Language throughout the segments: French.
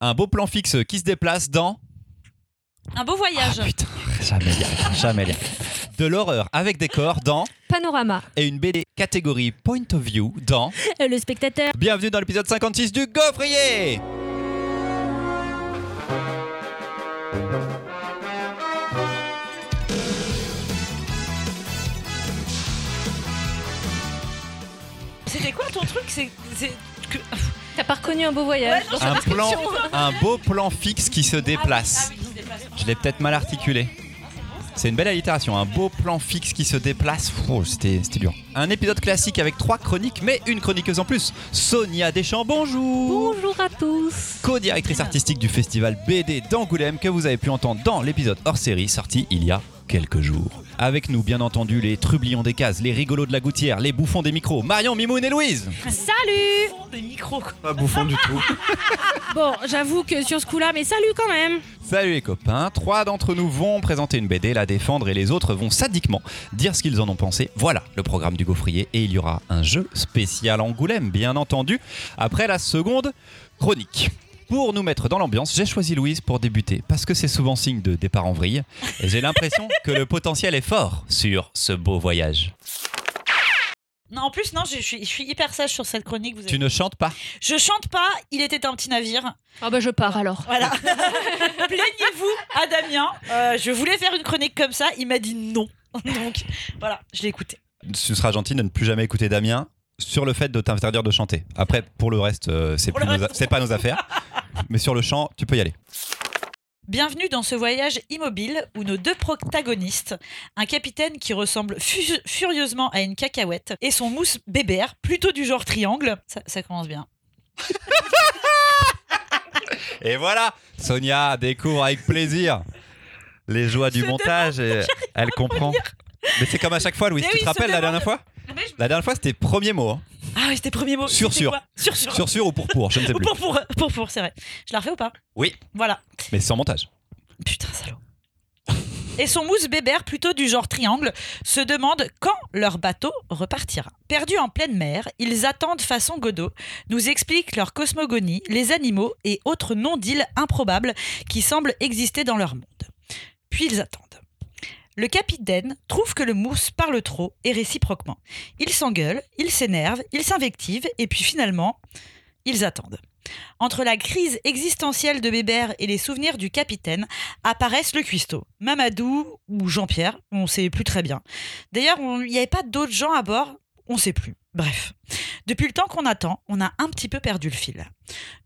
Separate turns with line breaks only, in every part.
un beau plan fixe qui se déplace dans.
Un beau voyage.
Ah, putain, jamais lire, jamais lire. De l'horreur avec décor dans.
Panorama.
Et une BD catégorie Point of View dans.
Euh,
Le spectateur.
Bienvenue dans l'épisode 56 du Gaufrier
C'était quoi ton truc C'est. c'est que-
T'as pas reconnu un beau voyage
Ouais, non,
un, plan,
description.
un beau plan fixe qui se déplace.
Ah oui, ah oui, qui se déplace.
Je l'ai peut-être mal articulé. C'est une belle allitération, un beau plan fixe qui se déplace. Pfff, C'était c'était dur. Un épisode classique avec trois chroniques, mais une chroniqueuse en plus. Sonia Deschamps, bonjour
Bonjour à tous.
Co-directrice artistique du festival BD d'Angoulême que vous avez pu entendre dans l'épisode hors série sorti il y a quelques jours. Avec nous, bien entendu, les trublions des cases, les rigolos de la gouttière, les bouffons des micros, Marion, Mimoun et Louise
Salut
Fond des micros. quoi.
Pas bouffon du tout.
Bon, j'avoue que sur ce coup-là, mais salut quand même
Salut les copains, trois d'entre nous vont présenter une BD, la défendre et les autres vont sadiquement dire ce qu'ils en ont pensé. Voilà le programme du gaufrier et il y aura un jeu spécial Angoulême, bien entendu, après la seconde chronique. Pour nous mettre dans l'ambiance, j'ai choisi Louise pour débuter parce que c'est souvent signe de départ en vrille et j'ai l'impression que le potentiel est fort sur ce beau voyage.
Non, en plus, non, je je suis, je suis hyper sage sur cette chronique. Vous
Tu
avez-
ne chantes pas
Je chante pas, il était un petit navire.
Ah bah je pars alors.
Voilà. Plaignez-vous à Damien. Euh, je voulais faire une chronique comme ça, il m'a dit non. Donc voilà, je l'ai écouté.
Tu seras gentil de ne plus jamais écouter Damien sur le fait de t'interdire de chanter. Après, pour le reste, euh, c'est
Pour
plus
le
nos a-
reste.
c'est pas nos affaires. Mais sur le chant, tu peux y aller.
Bienvenue dans ce voyage immobile où nos deux protagonistes, un capitaine qui ressemble fu- furieusement à une cacahuète et son mousse bébert, plutôt du genre triangle. Ça, ça commence bien.
Et voilà, Sonia découvre avec plaisir les joies du
Je
montage et elle comprend. Mais c'est comme à chaque fois, Louise.
Mais
tu
oui,
te
se
rappelles la
demande.
dernière fois
Mais je-
La dernière fois, c'était premier mot. Hein.
Ah oui, c'était premier mot.
Sur,
C'était
sur.
quoi Sur sur.
Sur sûr ou pour pour, je ne sais
Ou
plus.
Pour pour pour pour, c'est vrai. Je la refais ou pas
Oui.
Voilà.
Mais sans montage.
Putain, salaud. Et son mousse bébert, plutôt du genre triangle, se demande quand leur bateau repartira. Perdus en pleine mer, ils attendent façon Godot, nous expliquent leur cosmogonie, les animaux et autres non-deals improbables qui semblent exister dans leur monde. Puis ils attendent. Le capitaine trouve que le mousse parle trop et réciproquement. Ils s'engueulent, ils s'énervent, ils s'invectivent et puis finalement, ils attendent. Entre la crise existentielle de Bébert et les souvenirs du capitaine, apparaissent le cuistot, Mamadou ou Jean-Pierre, on sait plus très bien. D'ailleurs, on- il n'y avait pas d'autres gens à bord, on sait plus. Bref, depuis le temps qu'on attend, on a un petit peu perdu le fil.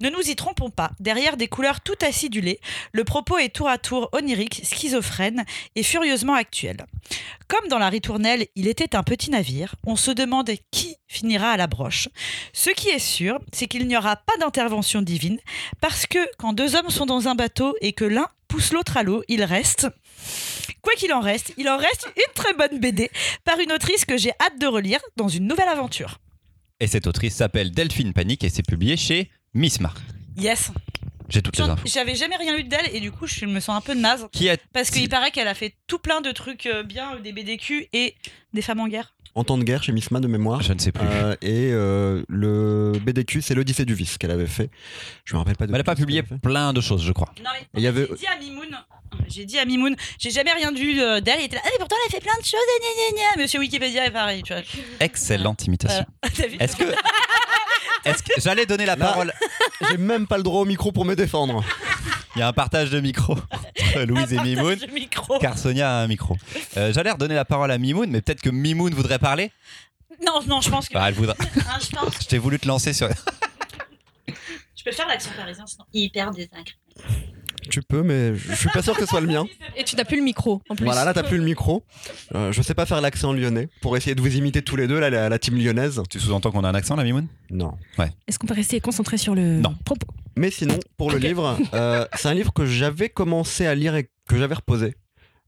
Ne nous y trompons pas, derrière des couleurs tout acidulées, le propos est tour à tour onirique, schizophrène et furieusement actuel. Comme dans la ritournelle Il était un petit navire, on se demande qui finira à la broche. Ce qui est sûr, c'est qu'il n'y aura pas d'intervention divine, parce que quand deux hommes sont dans un bateau et que l'un pousse l'autre à l'eau, il reste. Quoi qu'il en reste, il en reste une très bonne BD par une autrice que j'ai hâte de relire dans une nouvelle aventure.
Et cette autrice s'appelle Delphine Panique et c'est publié chez Miss Mark.
Yes.
J'ai toutes les infos.
J'avais jamais rien lu d'elle et du coup, je me sens un peu naze
Qui a
parce
Si.
qu'il paraît qu'elle a fait tout plein de trucs euh, bien, euh, des BDQ et des femmes en guerre.
En temps de guerre chez Misma de mémoire.
Je ne sais plus.
Euh, et euh, le BDQ, c'est l'Odyssée du vice qu'elle avait fait. Je me rappelle pas. de
Mais elle n'a pas
tout ce qu'elle
publié
avait fait.
plein de choses, je crois.
Non, mais
Il y avait-
j'ai dit à Mimoun, j'ai dit à Mimoun, j'ai jamais rien lu euh, d'elle. Et était là, Ah, mais pourtant elle a fait plein de choses. gna, gna, gna. Monsieur Wikipédia est pareil, tu vois.
Excellente imitation.
T'as vu
Est-ce que. Est-ce que j'allais donner la
Là-
parole
J'ai même pas le droit au micro pour me défendre.
Il y a un partage de micro entre Louise et
Partage
Mimoun.
de micro.
Car Sonia a un micro. Euh, J'allais redonner la parole à Mimoun, mais peut-être que Mimoun voudrait parler.
Non, non, je pense que.
Bah, elle voudra.
Hein, je, pense-
Je t'ai voulu te lancer sur.
je peux faire l'action parisien, sinon hyper désagréable.
Tu peux, mais je je suis pas sûr que ce soit le mien.
Et tu n'as plus le micro en plus.
Voilà, là t'as plus le micro. Euh, je sais pas faire l'accent lyonnais. Pour essayer de vous imiter tous les deux, là, la, la team lyonnaise.
Tu sous-entends qu'on a un accent là, Mimoun
Non.
Est-ce qu'on peut rester concentré sur le
Non.
propos
Mais sinon, pour le livre, euh, c'est un livre que j'avais commencé à lire et que j'avais reposé.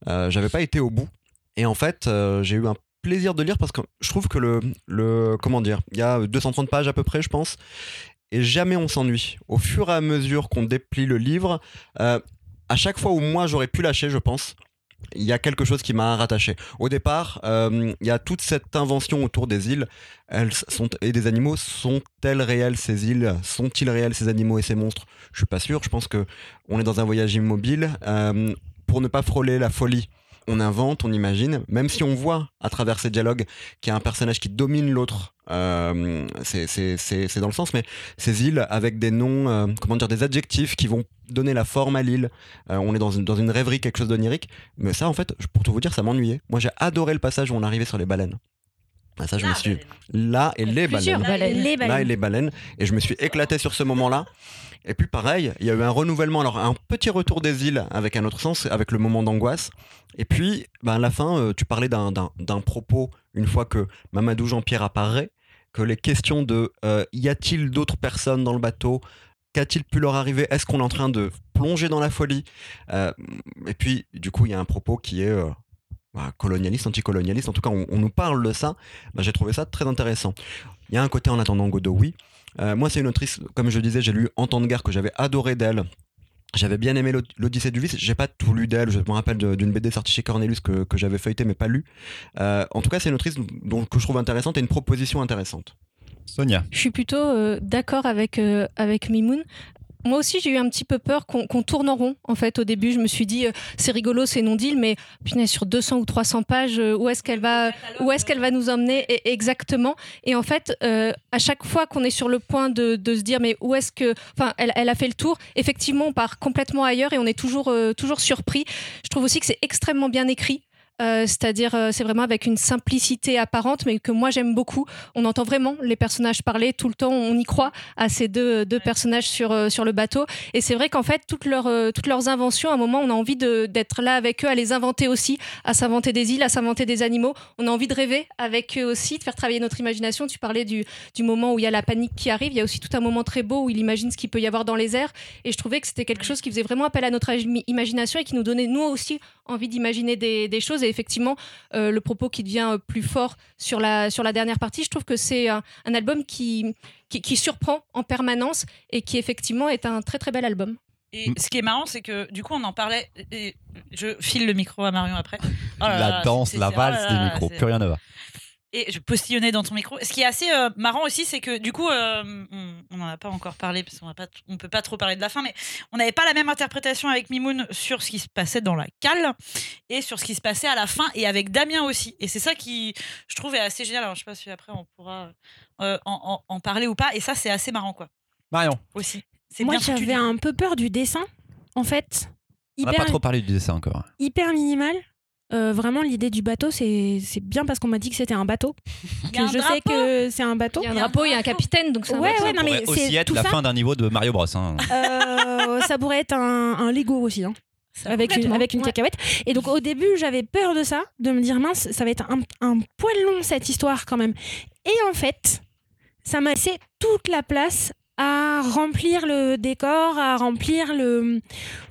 Euh, j'avais pas été au bout. Et en fait, euh, j'ai eu un plaisir de lire parce que je trouve que le. le comment dire Il y a 230 pages à peu près, je pense. Et jamais on s'ennuie. Au fur et à mesure qu'on déplie le livre, euh, à chaque fois où moi j'aurais pu lâcher, je pense, il y a quelque chose qui m'a rattaché. Au départ, euh, il y a toute cette invention autour des îles elles sont, et des animaux. Sont-elles réelles ces îles Sont-ils réels ces animaux et ces monstres Je suis pas sûr. Je pense que on est dans un voyage immobile. Euh, pour ne pas frôler la folie, on invente, on imagine. Même si on voit à travers ces dialogues qu'il y a un personnage qui domine l'autre, euh, c'est- c'est c'est- c'est dans le sens, mais ces îles avec des noms, euh, comment dire, des adjectifs qui vont donner la forme à l'île. Euh, on est dans une, dans une rêverie, quelque chose d'onirique. Mais ça, en fait, je- pour tout vous dire, ça m'ennuyait. Moi, j'ai adoré le passage où on arrivait sur les baleines. Ah, ça, je me suis là et les
Plusieurs
baleines.
baleines.
Les
Là et
baleines.
les baleines. Et je me suis éclaté sur ce moment-là. Et puis pareil, il y a eu un renouvellement, alors un petit retour des îles avec un autre sens, avec le moment d'angoisse. Et puis, ben, à la fin, euh, tu parlais d'un- d'un d'un propos, une fois que Mamadou Jean-Pierre apparaît, que les questions de euh, y a-t-il d'autres personnes dans le bateau Qu'a-t-il pu leur arriver Est-ce qu'on est en train de plonger dans la folie Euh, Et puis, du coup, il y a un propos qui est euh, bah, colonialiste, anticolonialiste. En tout cas, on, on nous parle de ça. Ben, J'ai trouvé ça très intéressant. Il y a un côté en attendant Godot, oui. Euh, moi, c'est une autrice, comme je le disais, j'ai lu En temps de guerre que j'avais adoré d'elle. J'avais bien aimé l'Od- l'Odyssée du vice. J'ai pas tout lu d'elle. Je me rappelle de- d'une BD sortie chez Cornelius que, que j'avais feuilleté mais pas lu. Euh, en tout cas, c'est une autrice dont, que je trouve intéressante et une proposition intéressante.
Sonia.
Je suis plutôt euh, d'accord avec, euh, avec Mimoun. Moi aussi, j'ai eu un petit peu peur qu'on qu'on tourne en rond. En fait, au début, je me suis dit, euh, c'est rigolo, c'est non-deal, mais punaise, sur 200 ou 300 pages, euh, où est-ce qu'elle va, où est-ce qu'elle va nous emmener e- exactement Et en fait, euh, à chaque fois qu'on est sur le point de, de se dire, mais où est-ce que, enfin, elle, elle a fait le tour. Effectivement, on part complètement ailleurs et on est toujours, euh, toujours surpris. Je trouve aussi que c'est extrêmement bien écrit. Euh, C'est-à-dire, euh, c'est vraiment avec une simplicité apparente, mais que moi j'aime beaucoup. On entend vraiment les personnages parler tout le temps. On y croit à ces deux, deux personnages sur, euh, sur le bateau. Et c'est vrai qu'en fait, toutes leurs, euh, toutes leurs inventions, à un moment, on a envie de- d'être là avec eux, à les inventer aussi, à s'inventer des îles, à s'inventer des animaux. On a envie de rêver avec eux aussi, de faire travailler notre imagination. Tu parlais du, du moment où il y a la panique qui arrive. Il y a aussi tout un moment très beau où il imagine ce qu'il peut y avoir dans les airs. Et je trouvais que c'était quelque chose qui faisait vraiment appel à notre agi- imagination et qui nous donnait, nous aussi, envie d'imaginer des, des choses. Et effectivement, euh, le propos qui devient euh, plus fort sur la, sur la dernière partie, je trouve que c'est un, un album qui, qui, qui surprend en permanence et qui, effectivement, est un très très bel album.
Et ce qui est marrant, c'est que du coup, on en parlait. Et je file le micro à Marion après. Oh là
la
là,
danse,
c'est-
la
c'est- oh là
valse des
là,
micros.
c'est-
Plus rien ne va.
Et je postillonnais dans ton micro. Ce qui est assez euh, marrant aussi, c'est que du coup, euh, on n'en a pas encore parlé parce qu'on va pas t- on peut pas trop parler de la fin, mais on n'avait pas la même interprétation avec Mimoun sur ce qui se passait dans la cale et sur ce qui se passait à la fin et avec Damien aussi. Et c'est ça qui, je trouve, est assez génial. Alors, je sais pas si après on pourra euh, en, en- en parler ou pas. Et ça, c'est assez marrant, quoi.
Marion,
Aussi. C'est
Moi,
bien foutu.
j'avais un peu peur du dessin, en fait.
on n'a
Hyper,
Ah, pas trop parlé du dessin encore. hein.
hyper minimal. Euh, vraiment, l'idée du bateau, c'est c'est bien parce qu'on m'a dit que c'était un bateau.
Il y a
Que
un
je sais
drapeau.
que c'est un bateau.
Il y a un
Il y a un
drapeau, il y a un capitaine, donc c'est un
Ouais,
bateau.
ouais, non, mais
pourrait aussi
c'est
être
tout
la
ça.
fin d'un niveau de Mario Bros. hein.
euh, ça pourrait être un, un Lego aussi, hein,
Ça-
avec une,
complètement.
avec une
Ouais.
cacahuète. Et donc au début, j'avais peur de ça, de me dire mince, ça va être un, un poil long cette histoire quand même. Et en fait, ça m'a laissé toute la place à remplir le décor, à remplir le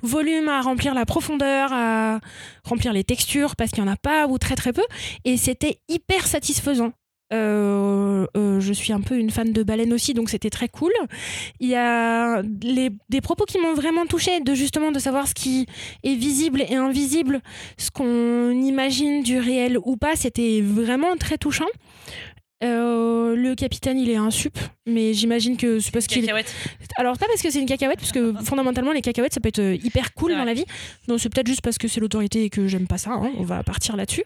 volume, à remplir la profondeur, à remplir les textures parce qu'il n'y en a pas ou très très peu. Et c'était hyper satisfaisant. Euh, euh, je suis un peu une fan de baleine aussi, donc c'était très cool. Il y a les- des propos qui m'ont vraiment touchée, de justement de savoir ce qui est visible et invisible, ce qu'on imagine du réel ou pas. C'était vraiment très touchant. Euh, le capitaine, il est un sup, mais j'imagine que c'est parce qu'il
Cacahuète.
alors pas parce que c'est une cacahuète, parce que fondamentalement les cacahuètes ça peut être euh, hyper cool
C'est
dans
vrai.
la vie. Non, c'est peut-être juste parce que c'est l'autorité et que j'aime pas ça. hein. On va partir là-dessus.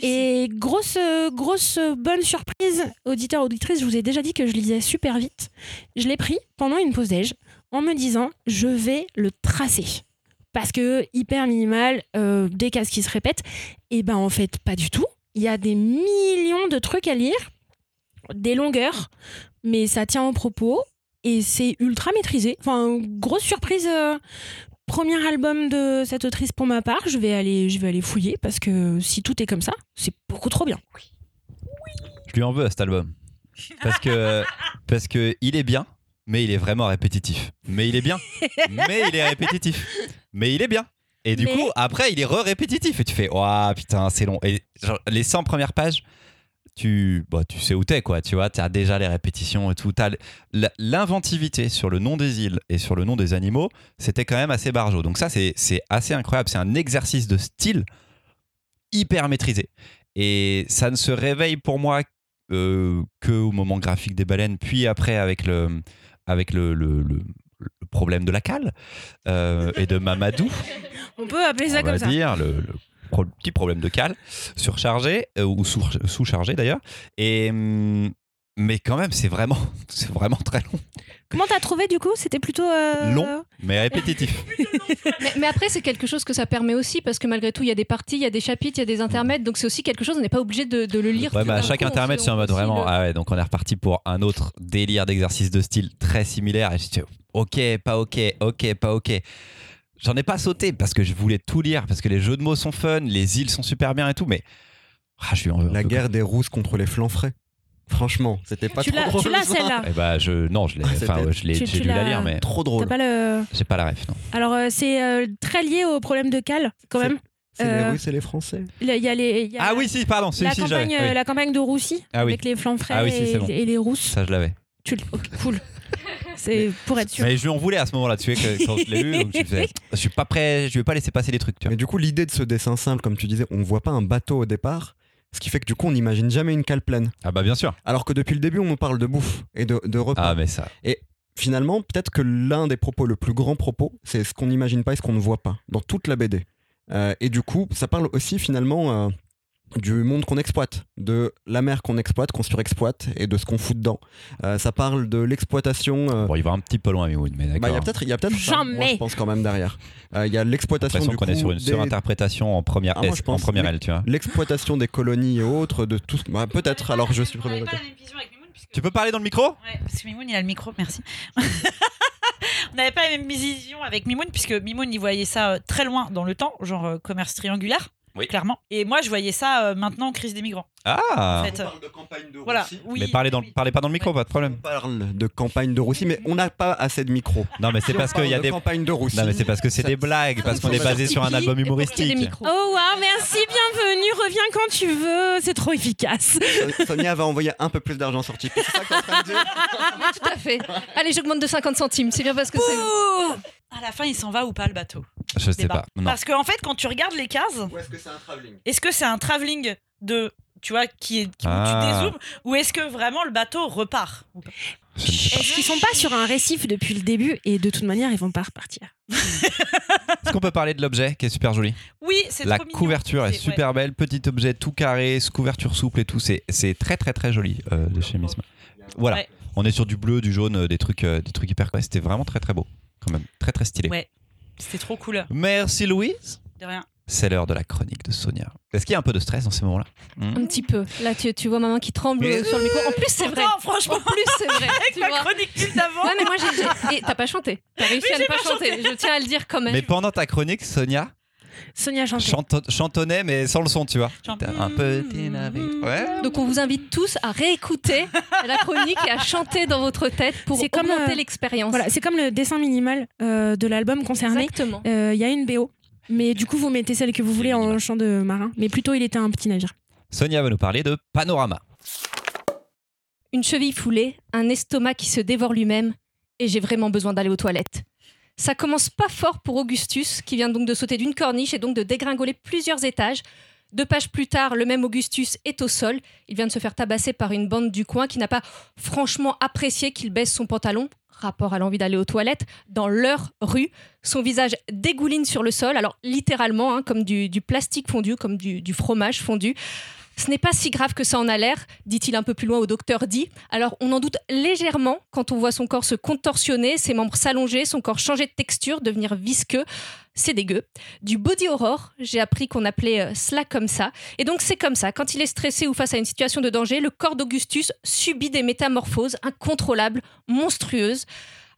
Et grosse, euh, grosse euh, bonne surprise, auditeur, auditrice, je vous ai déjà dit que je lisais super vite. Je l'ai pris pendant une pause déj en me disant je vais le tracer. Parce que hyper minimal, euh, des cases qui se répètent. Et ben en fait, pas du tout. Il y a des millions de trucs à lire, des longueurs, mais ça tient au propos et c'est ultra maîtrisé. Enfin, grosse surprise. euh, premier album de cette autrice pour ma part. Je vais aller, je vais aller fouiller parce que si tout est comme ça, c'est beaucoup trop bien.
Je lui en veux à cet album. Parce que, parce que il est bien, mais il est vraiment répétitif. Mais il est bien, mais il est répétitif. Mais il est bien. Et du
Mais-
coup, après, il est re-répétitif. Et tu fais, waouh, putain, c'est long. Et genre, les 100 premières pages, tu, bah, tu sais où t'es, quoi. Tu vois, t'as déjà les répétitions et tout. T'as l- la- l'inventivité sur le nom des îles et sur le nom des animaux, c'était quand même assez barjo. Donc ça, c'est c'est assez incroyable. C'est un exercice de style hyper maîtrisé. Et ça ne se réveille pour moi euh, que au moment graphique des baleines, puis après avec le, avec le, le- le- le problème de la cale euh, et de Mamadou,
On peut appeler
on va
ça comme ça.
dire, le, le pro- petit problème de cale, surchargé, euh, ou sous- sous-chargé d'ailleurs. Et. hum, mais quand même, c'est vraiment, c'est vraiment très long,
Comment t'as trouvé du coup C'était plutôt. euh,
Long. mais répétitif.
Mais, mais après, c'est quelque chose que ça permet aussi, parce que malgré tout, il y a des parties, il y a des chapitres, il y a des intermèdes, donc c'est aussi quelque chose, on n'est pas obligé de, de le lire.
Ouais,
tout
mais à
d'un
chaque
coup, on
intermède,
fait-
c'est en mode
on fait
vraiment.
le-
Ah ouais, donc on est reparti pour un autre délire d'exercice de style très similaire. Et j'étais, ok, pas ok, ok, pas ok. J'en ai pas sauté parce que je voulais tout lire, parce que les jeux de mots sont fun, les îles sont super bien et tout, mais. Ah, je suis en
La guerre des rousses contre les flancs Franchement, c'était pas
Tu
trop
l'as,
drôle.
tu l'as
ça.
celle-là.
Et bah, je. Non, je l'ai.
Ah,
Enfin,
c'était-
ouais, je l'ai-
tu-
j'ai
tu
dû la
l'as-
lire, mais
Trop
T'as
drôle.
pas le.
j'ai pas la ref, non.
Alors euh, c'est euh, très lié au problème de Cal quand même.
C'est les
Euh,
Russes et les Français.
Il y a les. il y a
Ah oui, si, pardon, si,
La
si, j'avais.
campagne, euh,
oui.
la campagne de Russie
Ah oui.
avec les flancs frais
Ah oui, si,
et,
c'est bon.
et les rousses.
Ça, je l'avais.
Tu l- ok, cool. C'est pour être sûr.
Mais je lui en voulais à ce moment-là, tu sais, que- quand je l'ai lu, donc je, me faisais, je suis pas prêt, je lui ai pas laissé passer les trucs, tu vois.
Mais du coup, l'idée de ce dessin simple, comme tu disais, on voit pas un bateau au départ, ce qui fait que du coup, on n'imagine jamais une cale pleine.
Ah bah, bien sûr.
Alors que depuis le début, on nous parle de bouffe et de, de repas.
Ah, mais ça.
Finalement, peut-être que l'un des propos, le plus grand propos, c'est ce qu'on n'imagine pas et ce qu'on ne voit pas dans toute la BD. Euh, et du coup, ça parle aussi finalement euh, du monde qu'on exploite, de la mer qu'on exploite, qu'on surexploite et de ce qu'on fout dedans. Euh, ça parle de l'exploitation. euh,
Bon, il va un petit peu loin, Mimoun, mais d'accord.
bah, il y a peut-être, il y a peut-être ça,
Jamais.
moi, je pense quand même derrière. Euh, Il y a l'exploitation
l'impression
du
qu'on est
coup,
sur une
des-
surinterprétation en première
Ah, moi,
S,
je pense,
en première
oui.
L, tu vois.
l'exploitation des colonies et autres, de tout. bah, peut-être. Alors je suis
On n'avait
premier.
pas la même vision avec Mimoun, puisque-
Tu peux parler dans le micro
Ouais, parce que Mimoun, il a le micro, merci. On n'avait pas la même vision avec Mimoun, puisque Mimoun, il voyait ça euh, très loin dans le temps, genre euh, commerce triangulaire,
Oui.
clairement. Et moi, je voyais ça euh, maintenant, crise des migrants.
Ah
En fait, euh,
de campagne de
voilà. Oui,
Mais parlez, dans,
oui.
parlez pas dans le micro, pas de
On
problème.
parle de campagne de Russie, mais on n'a pas assez de micros.
Non, mais c'est
Si on
parce
parle
qu'il y a
de
des.
campagne de Russie.
Non, mais c'est parce que c'est des
Ah,
blagues,
Ah,
parce qu'on est basé sur un album
C'est des
humoristique.
micros.
Oh waouh, merci, bienvenue, reviens quand tu veux, c'est trop efficace.
Sonia va envoyer un peu plus d'argent sur Tipeee. C'est ça que t'es en train de dire
Oh,
Tout à fait. Allez, j'augmente de 50 centimes, c'est bien parce que c'est.
À la fin, il s'en va ou pas le bateau
Je sais
Débat.
pas. Non.
Parce qu'en fait, quand tu regardes les cases,
Ou est-ce que c'est un travelling
est-ce que c'est un travelling de. Tu vois, qui est, qui, où tu
Ah.
dézoomes, ou est-ce que vraiment le bateau repart
Je ne sais pas.
Est-ce qu'ils sont pas sur un récif depuis le début et de toute manière ils vont pas repartir
Est-ce qu'on peut parler de l'objet qui est super joli
Oui, c'est
La
trop mignon.
couverture est
C'est- ouais.
super belle, petit objet tout carré, s- couverture souple et tout. C'est c'est très très très joli euh, le chimisme. Voilà,
Ouais.
on est sur du bleu, du jaune, euh, des trucs, euh, des trucs hyper. ouais, C'était vraiment très très beau, quand même, très très stylé.
Ouais, c'était trop cool.
Merci Louise.
De rien.
C'est l'heure de la chronique de Sonia. Est-ce qu'il y a un peu de stress dans ces moments-là Hmm
Un petit peu. Là, tu, tu vois maman qui tremble
Mais-
sur le micro. En plus, c'est vrai.
Pourtant, franchement,
En plus, c'est vrai. Tu
la
vois.
chronique culte d'avant.
Ouais, mais moi, j'ai- j'ai. et T'as pas chanté. T'as réussi à ne pas chanter. Je tiens à le dire quand même.
Mais pendant ta chronique, Sonia,
Sonia chante.
chanto- chantonnait mais sans le son, tu vois.
Chante-
T'as Un
Mm.
petit
Mmh.
navire. Ouais.
Donc on vous invite tous à réécouter la chronique et à chanter dans votre tête pour
C'est
augmenter
comme, euh,
l'expérience.
Voilà, c'est comme le dessin minimal euh, de l'album concerné.
Exactement.
Euh, Il y a une BO, mais du coup vous mettez celle que vous voulez en chant de marin. Mais plutôt il était un petit navire.
Sonia va nous parler de Panorama.
Une cheville foulée, un estomac qui se dévore lui-même, et j'ai vraiment besoin d'aller aux toilettes. Ça commence pas fort pour Augustus, qui vient donc de sauter d'une corniche et donc de dégringoler plusieurs étages. Deux pages plus tard, le même Augustus est au sol. Il vient de se faire tabasser par une bande du coin qui n'a pas franchement apprécié qu'il baisse son pantalon, rapport à l'envie d'aller aux toilettes, dans leur rue. Son visage dégouline sur le sol, alors littéralement, hein, comme du, du plastique fondu, comme du, du fromage fondu. Ce n'est pas si grave que ça en a l'air, dit-il un peu plus loin au docteur D. Alors on en doute légèrement quand on voit son corps se contorsionner, ses membres s'allonger, son corps changer de texture, devenir visqueux. C'est dégueu. Du body horror, j'ai appris qu'on appelait euh, cela comme ça. Et donc c'est comme ça, quand il est stressé ou face à une situation de danger, le corps d'Augustus subit des métamorphoses incontrôlables, monstrueuses.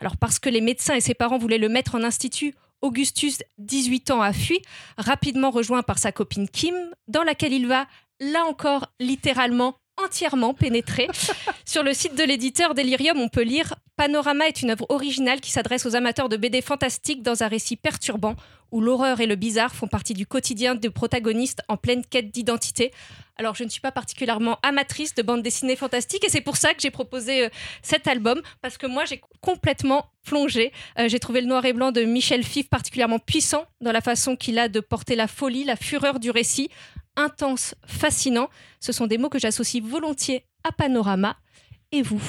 Alors parce que les médecins et ses parents voulaient le mettre en institut, Augustus, 18 ans, a fui, rapidement rejoint par sa copine Kim, dans laquelle il va là encore littéralement entièrement pénétré. Sur le site de l'éditeur Delirium, on peut lire Panorama est une œuvre originale qui s'adresse aux amateurs de BD fantastiques dans un récit perturbant où l'horreur et le bizarre font partie du quotidien de protagonistes en pleine quête d'identité. Alors je ne suis pas particulièrement amatrice de bande dessinée fantastique et c'est pour ça que j'ai proposé euh, cet album parce que moi j'ai complètement plongé. Euh, j'ai trouvé le noir et blanc de Michel Fif particulièrement puissant dans la façon qu'il a de porter la folie, la fureur du récit intense, fascinant. Ce sont des mots que j'associe volontiers à Panorama. Et vous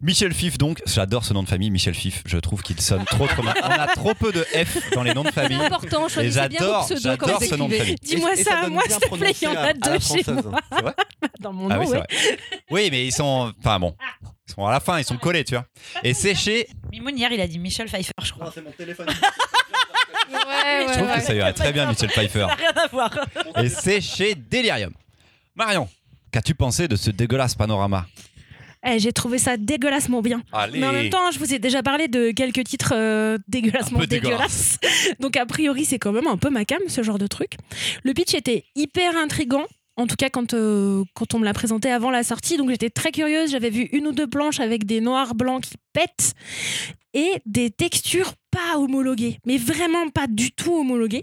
Michel Fif, donc, j'adore ce nom de famille, Michel Fif. Je trouve qu'il sonne trop trop mal. On a trop peu de F dans les noms de famille.
Important,
Et
choisissez bien vos
j'adore,
pseudos quand
j'adore
vous
ce nom de
écrivez.
famille.
Dis-moi
Et- et
ça,
donne
moi,
bien
s'il te plaît, il y en
prononcé
a
à- à la
deux chez
française.
moi.
C'est vrai
Dans mon
Ah
nom,
oui, c'est
ouais.
vrai. Oui, mais ils sont. Enfin bon, ils sont à la fin, ils sont collés, tu vois. Et séchés,
Mimoun, hier, il a dit Michel Pfeiffer, je crois.
c'est mon téléphone.
Ouais,
je
ouais,
trouve que
ouais.
ça ira très bien, Michel Pfeiffer.
Ça n'a rien à voir.
Bah,
Et séchés Delirium. Marion, qu'as-tu pensé de ce dégueulasse panorama
Eh, J'ai trouvé ça dégueulassement bien.
Allez
Mais en même temps, je vous ai déjà parlé de quelques titres euh, dégueulassement
Un peu
dégueulasses. Donc, a priori, c'est quand même un peu ma cam, ce genre de truc. Le pitch était hyper intrigant. En tout cas, quand, euh, quand on me l'a présenté avant la sortie, donc j'étais très curieuse. J'avais vu une ou deux planches avec des noirs blancs qui pètent et des textures pas homologuées, mais vraiment pas du tout homologuées.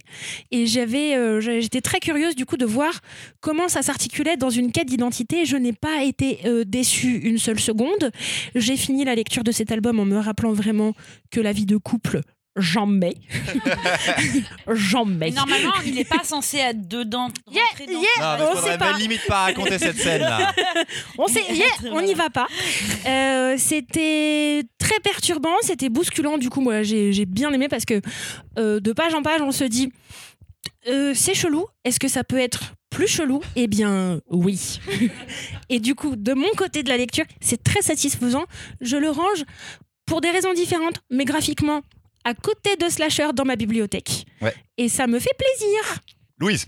Et j'avais, euh, j'a- j'étais très curieuse du coup de voir comment ça s'articulait dans une quête d'identité. Je n'ai pas été euh, déçue une seule seconde. J'ai fini la lecture de cet album en me rappelant vraiment que la vie de couple, j'en mets. j'en
Mais
mets.
normalement, il n'est pas censé être dedans.
Yeah,
rentrer dans-
Non,
yeah.
mais
on
faudrait
sait pas.
même limite pas raconter cette scène là.
On sait, yeah, on n'y va pas. Euh, c'était très perturbant, c'était bousculant. Du coup, moi, j'ai j'ai bien aimé parce que euh, de page en page, on se dit euh, c'est chelou. Est-ce que ça peut être plus chelou Eh bien, oui. Et du coup, de mon côté de la lecture, c'est très satisfaisant. Je le range pour des raisons différentes, mais graphiquement à côté de Slasher dans ma bibliothèque.
Ouais.
Et ça me fait plaisir.
Louise,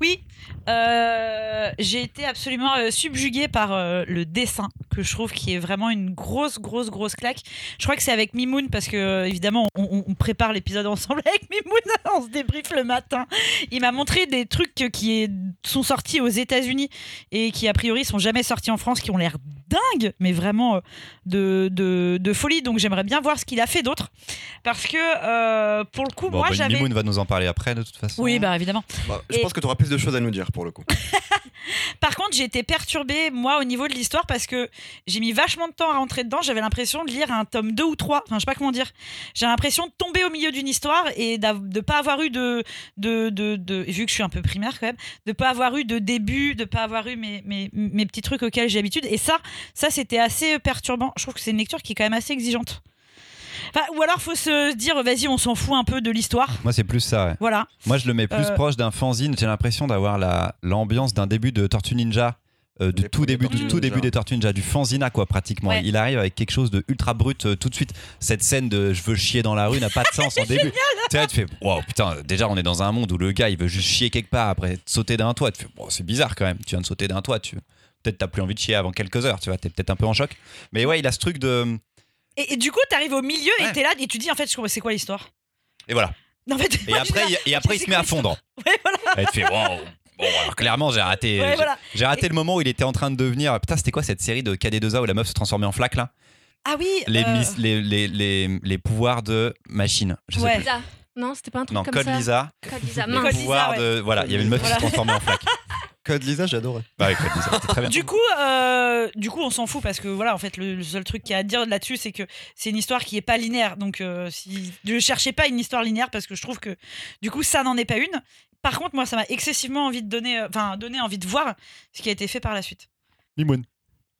Oui, euh, j'ai été absolument euh, subjuguée par euh, le dessin que je trouve qui est vraiment une grosse, grosse, grosse claque. Je crois que c'est avec Mimoun parce que euh, évidemment on, on- on prépare l'épisode ensemble avec Mimoun, on se débriefe le matin. Il m'a montré des trucs que- qui est- sont sortis aux États-Unis et qui a priori sont jamais sortis en France, qui ont l'air dingues, mais vraiment euh, de, de- de folie. Donc j'aimerais bien voir ce qu'il a fait d'autre parce que euh, pour le coup,
bon,
moi
bah,
j'avais.
Mimoun va nous en parler après de toute façon.
Oui, bah évidemment.
je pense que tu auras plus de choses à nous dire pour le coup.
Par contre, j'ai été perturbée, moi, au niveau de l'histoire, parce que j'ai mis vachement de temps à rentrer dedans. J'avais l'impression de lire un tome 2 ou 3. Enfin, je sais pas comment dire. J'ai l'impression de tomber au milieu d'une histoire et d'av- de pas avoir eu de, de, de, de- Vu que je suis un peu primaire quand même, de pas avoir eu de début, de pas avoir eu mes, mes, mes petits trucs auxquels j'ai l'habitude. Et ça, ça, c'était assez perturbant. Je trouve que c'est une lecture qui est quand même assez exigeante. Enfin, ou alors, faut se dire, vas-y, on s'en fout un peu de l'histoire.
Moi c'est plus ça. ouais.
Voilà.
Moi je le mets plus
Euh.
proche d'un fanzine. J'ai l'impression d'avoir la l'ambiance d'un début de Tortue Ninja. euh, du
Les
tout
premiers
début, du
Tortues
tout
Ninja.
début des Tortues Ninja, du fanzina quoi pratiquement.
Ouais.
Il arrive avec quelque chose de ultra brut euh, tout de suite. Cette scène de je veux chier dans la rue n'a pas de sens en début. Tu vois, tu fais wow putain déjà on est dans un monde où le gars il veut juste chier quelque part après sauter d'un toit. Tu fais wow, c'est bizarre quand même. Tu viens de sauter d'un toit. Tu peut-être t'as plus envie de chier avant quelques heures. Tu vois t'es peut-être un peu en choc. Mais ouais il a ce truc de
Et, et du coup, t'arrives au milieu et
Ouais.
t'es là et tu dis, en fait, je- c'est quoi l'histoire
et voilà.
En fait,
Et
moi, je
après,
dis,
il, et après, il se met à fondre.
Ouais, voilà.
Et tu fais, wow. Bon, alors, clairement, j'ai raté,
Ouais,
j'ai-
voilà.
j'ai raté le moment où il était en train de devenir. Putain, c'était quoi cette série de KD2A où la meuf se transformait en flaque là
Ah oui.
les,
euh,
mis- les, les, les- les pouvoirs de machine. Je sais
Ouais. Ah,
plus.
Lisa. Non, c'était pas un truc
Non,
comme
Code
ça.
Lisa.
Code Lisa,
Les
mince.
Code
pouvoirs
Lisa,
de. Voilà, il y avait une meuf qui se transformait en flaque.
Code Lisa, j'adorais.
Bah, ouais, Code Lisa, c'était très bien.
Du coup, euh, du coup, on s'en fout parce que voilà, en fait, le, le seul truc qu'il y a à dire là-dessus, c'est que c'est une histoire qui est pas linéaire. Donc, euh, si ne cherchez pas une histoire linéaire parce que je trouve que du coup, ça n'en est pas une. Par contre, moi, ça m'a excessivement envie de donner, euh, enfin, donné envie de voir ce qui a été fait par la suite.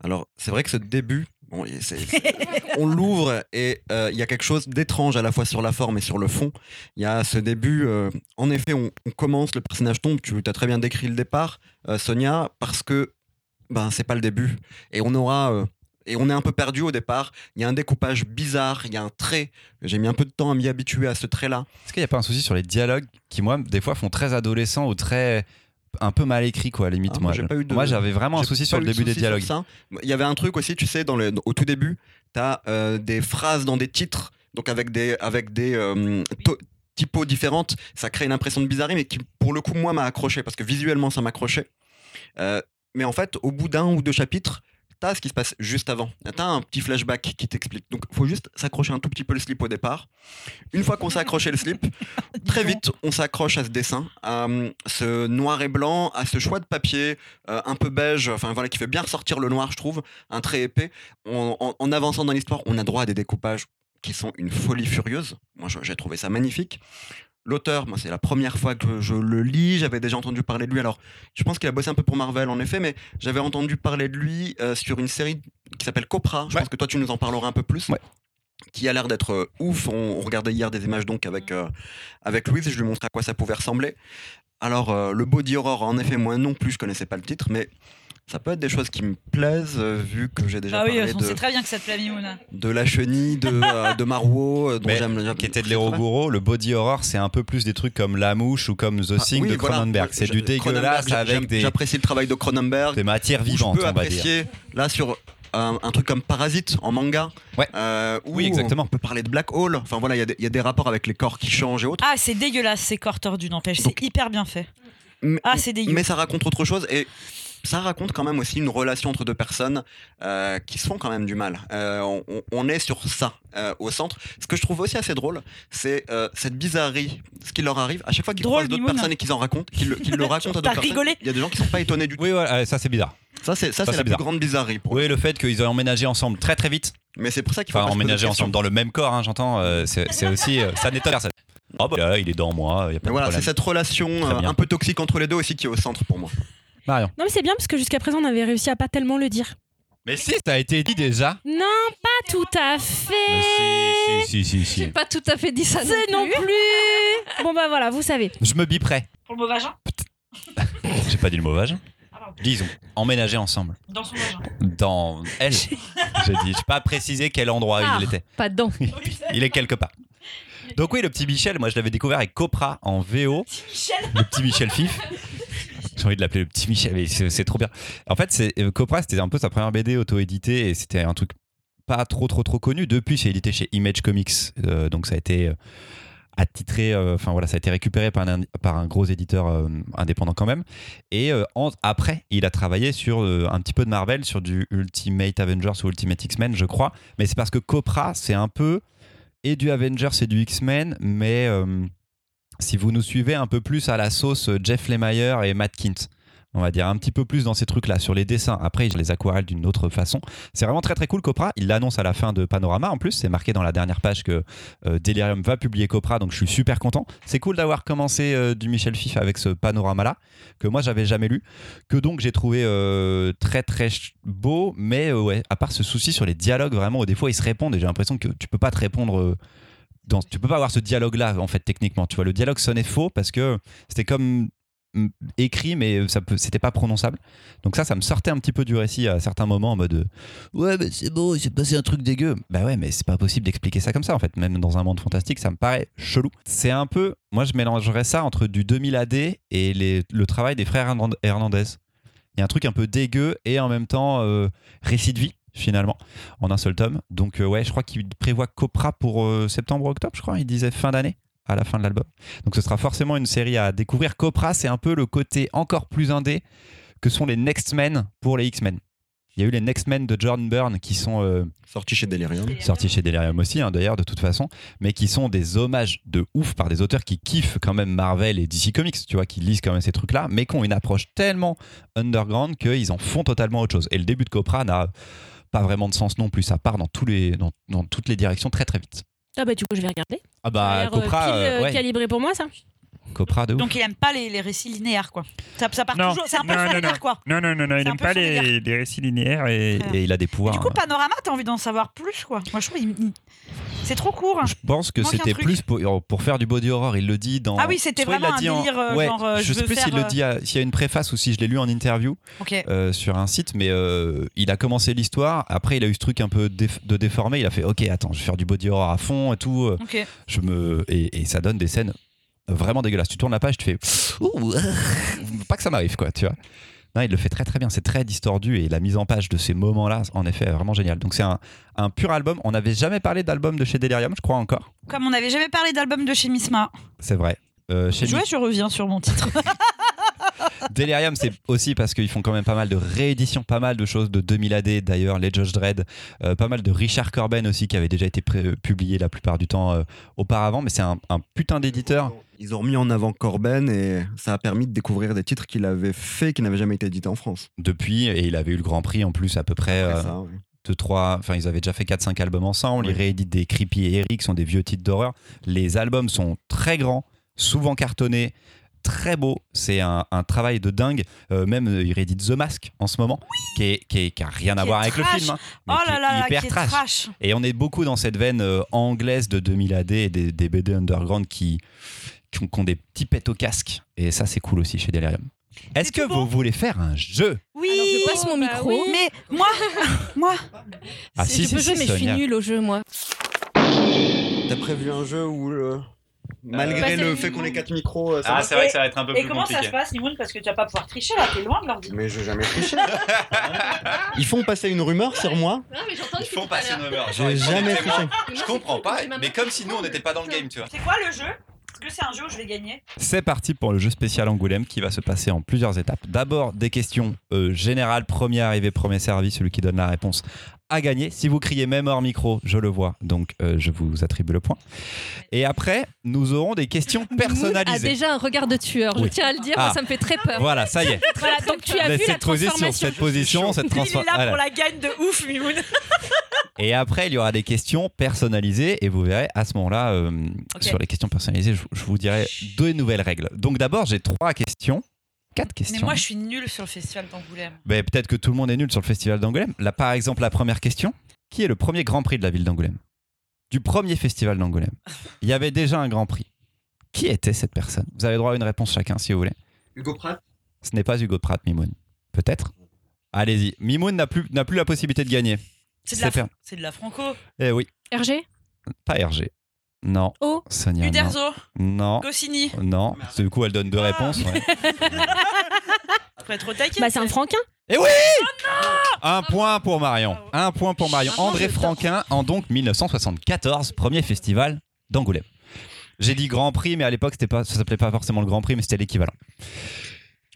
Alors, c'est vrai que ce début, bon, et c'est- c'est- on l'ouvre et euh, il y a quelque chose d'étrange à la fois sur la forme et sur le fond. Il y a ce début, euh, en effet, on, on commence, le personnage tombe, tu as très bien décrit le départ, euh, Sonia, parce que ben, c'est pas le début. Et on aura. euh, et on est un peu perdu au départ. Il y a un découpage bizarre, il y a un trait. J'ai mis un peu de temps à m'y habituer à ce trait-là.
Est-ce qu'il n'y a pas un souci sur les dialogues qui, moi, des fois, font très adolescents ou très. un peu mal écrit quoi, à la limite.
Ah,
moi,
moi, j'ai
je-
pas eu de-
moi, j'avais vraiment un
J'ai
souci sur
pas
le
eu de
début des
soucis sur
dialogues.
ça. Il y avait un truc aussi, tu sais, dans le, au tout début, tu as des phrases dans des titres, donc avec des, avec des euh, to- typos différentes. Ça crée une impression de bizarrerie, mais qui, pour le coup, moi, m'a accroché, parce que visuellement, ça m'accrochait. Euh, mais en fait, au bout d'un ou deux chapitres, tu as ce qui se passe juste avant. Tu as un petit flashback qui t'explique. Donc, faut juste s'accrocher un tout petit peu le slip au départ. Une fois qu'on s'est accroché le slip, Très vite, on s'accroche à ce dessin, à hum, ce noir et blanc, à ce choix de papier euh, un peu beige, enfin voilà, qui fait bien ressortir le noir, je trouve, un trait épais. En, en- en avançant dans l'histoire, on a droit à des découpages qui sont une folie furieuse. Moi, je- j'ai trouvé ça magnifique. L'auteur, moi, c'est la première fois que je le lis. J'avais déjà entendu parler de lui. Alors, je pense qu'il a bossé un peu pour Marvel, en effet, mais j'avais entendu parler de lui euh, sur une série qui s'appelle Copra. Je
Ouais.
pense que toi, tu nous en parleras un peu plus.
Ouais.
Qui a l'air d'être euh, ouf. On, on regardait hier des images donc avec, euh, avec Louise. Je lui montrais à quoi ça pouvait ressembler. Alors, euh, le Body Horror, en effet, moi non plus, je connaissais pas le titre, mais ça peut être des choses qui me plaisent, euh, vu que j'ai déjà
Ah oui,
parlé
on
de,
sait très bien que ça te plaît, Mimouna.
de la chenille, de, euh, de Marwo, euh, dont
Mais
j'aime le
qui était de l'Eroguro, le body horror, c'est un peu plus des trucs comme La Mouche ou comme The
Ah,
Thing
oui,
de
voilà.
Cronenberg. C'est
Je-
du dégueulasse
Cronenberg, j'a-
avec
j'aime-
des,
J'apprécie le travail de Cronenberg.
des matières
où
vivantes,
je peux
on va dire.
apprécier, là, sur euh, un, un truc comme Parasite en manga.
Ouais.
euh, où
Oui, exactement.
On peut parler de Black Hole. Enfin, voilà, il y a des- il y, a des rapports avec les corps qui changent et autres.
Ah, c'est dégueulasse, ces corps tordus, n'empêche. C'est
Donc-
hyper bien fait.
Mais-
Ah, c'est dégueu.
mais ça raconte autre chose et ça raconte quand même aussi une relation entre deux personnes euh, qui se font quand même du mal. Euh, on, on- on est sur ça euh, au centre. Ce que je trouve aussi assez drôle, c'est euh, cette bizarrerie, ce qui leur arrive à chaque fois qu'ils
Drôle,
croisent d'autres
Mimoun.
personnes et qu'ils en racontent, qu'ils le, qu'ils le racontent
T'as
à d'autres personnes.
rigolé
Il y a des gens qui sont pas étonnés du tout.
Oui, voilà, ça c'est bizarre.
Ça, c'est
Ça,
ça, c'est
c'est
la
bizarre.
plus grande bizarrerie. Pour eux.
Oui, le fait qu'ils aient emménagé ensemble très très vite,
Mais c'est pour ça qu'il faut
enfin
pas se poser de
emménagé
questions.
ensemble dans le même corps, hein, j'entends, euh, c'est c'est aussi. euh, ça n'étonne personne. Oh bah là, il est dans moi, il n'y a pas
Mais
de
voilà, c'est
problème.
cette relation
Très
euh,
bien.
un peu toxique entre les deux aussi qui est au centre pour moi.
Marion.
Non, mais c'est bien parce que jusqu'à présent, on avait réussi à pas tellement le dire.
Mais si, ça a été dit déjà.
Non, pas tout à
Mais
fait.
si, si, si, si,
J'ai
si.
pas tout à fait dit ça. Non
C'est non
plus.
plus. Bon bah voilà, vous savez.
Je me biperai.
Pour le mauvais agent
J'ai pas dit le mot vagin.
Ah, pardon.
Disons, emménagé ensemble.
Dans son agent.
Dans elle, j'ai dit. J'ai pas précisé quel endroit
Ah.
il était.
Pas dedans.
Il est quelque part. Donc oui, le petit Michel, moi je l'avais découvert avec Copra en VO.
Michel
le petit Michel Fif. J'ai envie de l'appeler le petit Michel, mais c'est c'est trop bien. En fait, c'est euh, Copra, c'était un peu sa première BD auto-éditée et c'était un truc pas trop trop trop connu. Depuis, c'est édité chez Image Comics, euh, donc ça a été euh, attitré, euh, enfin voilà, ça a été récupéré par un, par un gros éditeur euh, indépendant quand même. Et euh, en- après, il a travaillé sur euh, un petit peu de Marvel, sur du Ultimate Avengers ou Ultimate X-Men, je crois. Mais c'est parce que Copra, c'est un peu et du Avengers et du X-Men, mais euh, si vous nous suivez un peu plus à la sauce euh, Jeff Lemire et Matt Kint. On va dire un petit peu plus dans ces trucs-là, sur les dessins. Après, il les aquarelle d'une autre façon. C'est vraiment très très cool, Copra. Il l'annonce à la fin de Panorama. En plus, c'est marqué dans la dernière page que euh, Delirium va publier Copra, donc je suis super content. C'est cool d'avoir commencé euh, du Michel Fif avec ce panorama-là, que moi j'avais jamais lu, que donc j'ai trouvé euh, très très ch- beau, mais euh, ouais, à part ce souci sur les dialogues, vraiment, des fois ils se répondent et j'ai l'impression que tu peux pas te répondre. euh, dans, tu peux pas avoir ce dialogue-là, en fait, techniquement. Tu vois, le dialogue sonnait faux parce que c'était comme mm, écrit, mais ça peut- c'était pas prononçable. Donc ça, ça me sortait un petit peu du récit à certains moments en mode euh, Ouais, mais c'est beau, il s'est passé un truc dégueu. Bah ouais, mais c'est pas possible d'expliquer ça comme ça, en fait. Même dans un monde fantastique, ça me paraît chelou. C'est un peu. Moi, je mélangerais ça entre du 2000 AD et les- le travail des frères Hernand- Hernandez. Il y a un truc un peu dégueu et en même temps euh, récit de vie, finalement, en un seul tome. Donc, euh, ouais, je crois qu'il prévoit Copra pour septembre-octobre, je crois. Il disait fin d'année, à la fin de l'album. Donc, ce sera forcément une série à découvrir. Copra, c'est un peu le côté encore plus indé que sont les Next Men pour les X-Men. Il y a eu les Next Men de John Byrne qui sont. euh,
Sorti chez Delirium.
sorti chez Delirium aussi, hein, d'ailleurs, de toute façon, mais qui sont des hommages de ouf par des auteurs qui kiffent quand même Marvel et DC Comics, tu vois, qui lisent quand même ces trucs-là, mais qui ont une approche tellement underground qu'ils en font totalement autre chose. Et le début de Copra n'a pas vraiment de sens non plus, ça part dans, tous les, dans, dans toutes les directions très très vite.
Ah bah du coup, je vais regarder.
Ah
Ça a
bah,
l'air, euh,
Copra,
pile,
euh,
euh,
ouais,
calibré pour moi ça.
Copra de ouf.
Donc il aime pas les, les récits linéaires, quoi. Ça, ça part
Non.
toujours. C'est un peu
Non,
le
non,
faire faire, quoi.
Non, non, non, non,
C'est
il
un
n'aime
peu
pas
le fond
les, les récits linéaires et,
Et il a des pouvoirs.
euh, Du coup,
hein.
Panorama, t'as envie d'en savoir plus, quoi. Moi, je trouve il- il- c'est trop court. hein.
Je pense que
Manque un
c'était
truc.
plus pour, euh, pour faire du body horror. Il le dit dans.
Ah oui, c'était
Soit il
vraiment
l'a dit
un
en-
délire, euh,
ouais,
genre, euh, je
je sais
veux
plus s'il
faire,
le dit, à- s'il y a une préface ou si je l'ai lu en interview.
Ok.
euh, sur un site, mais euh, il a commencé l'histoire. Après, il a eu ce truc un peu déf- de déformé. Il a fait Ok, attends, je vais faire du body horror à fond et tout. euh,
Ok.
Je me... et, et ça donne des scènes vraiment dégueulasses. Tu tournes la page, tu fais Ouh, euh. pas que ça m'arrive, quoi, tu vois. Non, il le fait très très bien, c'est très distordu et la mise en page de ces moments-là, en effet, est vraiment géniale. Donc c'est un, un pur album. On n'avait jamais parlé d'album de chez Delirium, je crois encore.
Comme on n'avait jamais parlé d'album de chez Misma.
C'est vrai. Euh, chez
Tu vois, je reviens sur mon titre.
Delirium, c'est aussi parce qu'ils font quand même pas mal de rééditions, pas mal de choses de 2000 AD d'ailleurs, les Judge Dredd, euh, pas mal de Richard Corben aussi qui avait déjà été pré- euh, publié la plupart du temps euh, auparavant, mais c'est un, un putain d'éditeur.
Ils ont remis en avant Corben et ça a permis de découvrir des titres qu'il avait fait qui n'avaient jamais été édités en France.
Depuis, et il avait eu le Grand Prix en plus à peu près
Après
euh,
ça, oui.
deux, trois, enfin ils avaient déjà fait 4-5 albums ensemble, ils
Oui.
rééditent des Creepy et Eric, qui sont des vieux titres d'horreur, les albums sont très grands, souvent cartonné, très beau. C'est un, un travail de dingue. Euh, même euh, il réédite The Mask en ce moment, qui, est, qui, est- qui a rien à
Qui est
voir avec
trash.
le film. hein, mais
Oh
qui
là
est
là, là,
hyper
qui est
trash.
trash.
Et on est beaucoup dans cette veine euh, anglaise de 2000 AD et des, des BD underground qui, qui, ont, qui ont des petits pets au casque. Et ça, c'est cool aussi chez Delirium. Est-ce que
C'est tout
vous
bon.
voulez faire un jeu
Oui. Ah
Alors, je passe mon
bah
micro.
oui.
Mais moi, moi,
Ah,
C'est-
si,
je
si,
peux
si,
jouer, mais je suis
Sonia.
nulle au jeu, moi.
T'as prévu un jeu où le- malgré
passer
le
les
fait qu'on
micros.
ait 4 micros,
Ah.
euh, ça va
c'est vrai que ça
va être un peu
et comment ça se passe, Nimoun Parce que tu vas pas pouvoir tricher là, t'es loin de l'ordi.
Mais je vais jamais tricher. Ils font passer une rumeur sur moi.
Non, mais j'entends
J'ai jamais triché.
Je comprends pas, mais comme si nous on n'était pas dans le game, tu vois.
C'est quoi le jeu Est-ce que c'est un jeu où je vais gagner
C'est parti pour le jeu spécial Angoulême qui va se passer en plusieurs étapes. D'abord, des questions euh, générales, premier arrivé, premier servi, celui qui donne la réponse a gagné. Si vous criez même hors micro, je le vois, donc euh, je vous attribue le point. Et après, nous aurons des questions
a
personnalisées.
Ah, déjà un regard de tueur, je
Oui.
tiens à le dire,
Ah.
ça me fait très peur.
Voilà, ça y est.
Voilà, donc tu as
Là,
vu la
cette position,
transformation.
cette position, cette Ah
Il est
transformation.
là pour la gagne de ouf, Mimoun.
Et après, il y aura des questions personnalisées et vous verrez à ce moment-là, euh,
Ok.
sur les questions personnalisées, je, je vous dirai deux nouvelles règles. Donc d'abord, j'ai trois questions, quatre questions.
Mais moi, je suis nulle sur le festival d'Angoulême.
Mais peut-être que tout le monde est nul sur le festival d'Angoulême. Là, par exemple, la première question qui est le premier grand prix de la ville d'Angoulême Du premier festival d'Angoulême. Il y avait déjà un grand prix. Qui était cette personne Vous avez droit à une réponse chacun si vous voulez.
Hugo Pratt
Ce n'est pas Hugo de Pratt, Mimoun. Peut-être Allez-y. Mimoun n'a plus, n'a plus la possibilité de gagner.
C'est de, la
C'est
fr-
fait.
c'est de la franco.
Eh oui,
Hergé
pas Hergé. Non.
Oh.
Sonia. non.
Uderzo,
Non.
Goscinny.
Non, parce que du coup elle donne deux
Ah.
réponses. ouais.
Faut être au taquet.
Bah c'est un franquin.
Et oui Un point pour Marion.
Ah, Bravo.
Un point pour Marion.
Maintenant,
André
je
Franquin en donc 1974, premier festival d'Angoulême. J'ai dit Grand Prix, mais à l'époque c'était pas, ça s'appelait pas forcément le Grand Prix, mais c'était l'équivalent.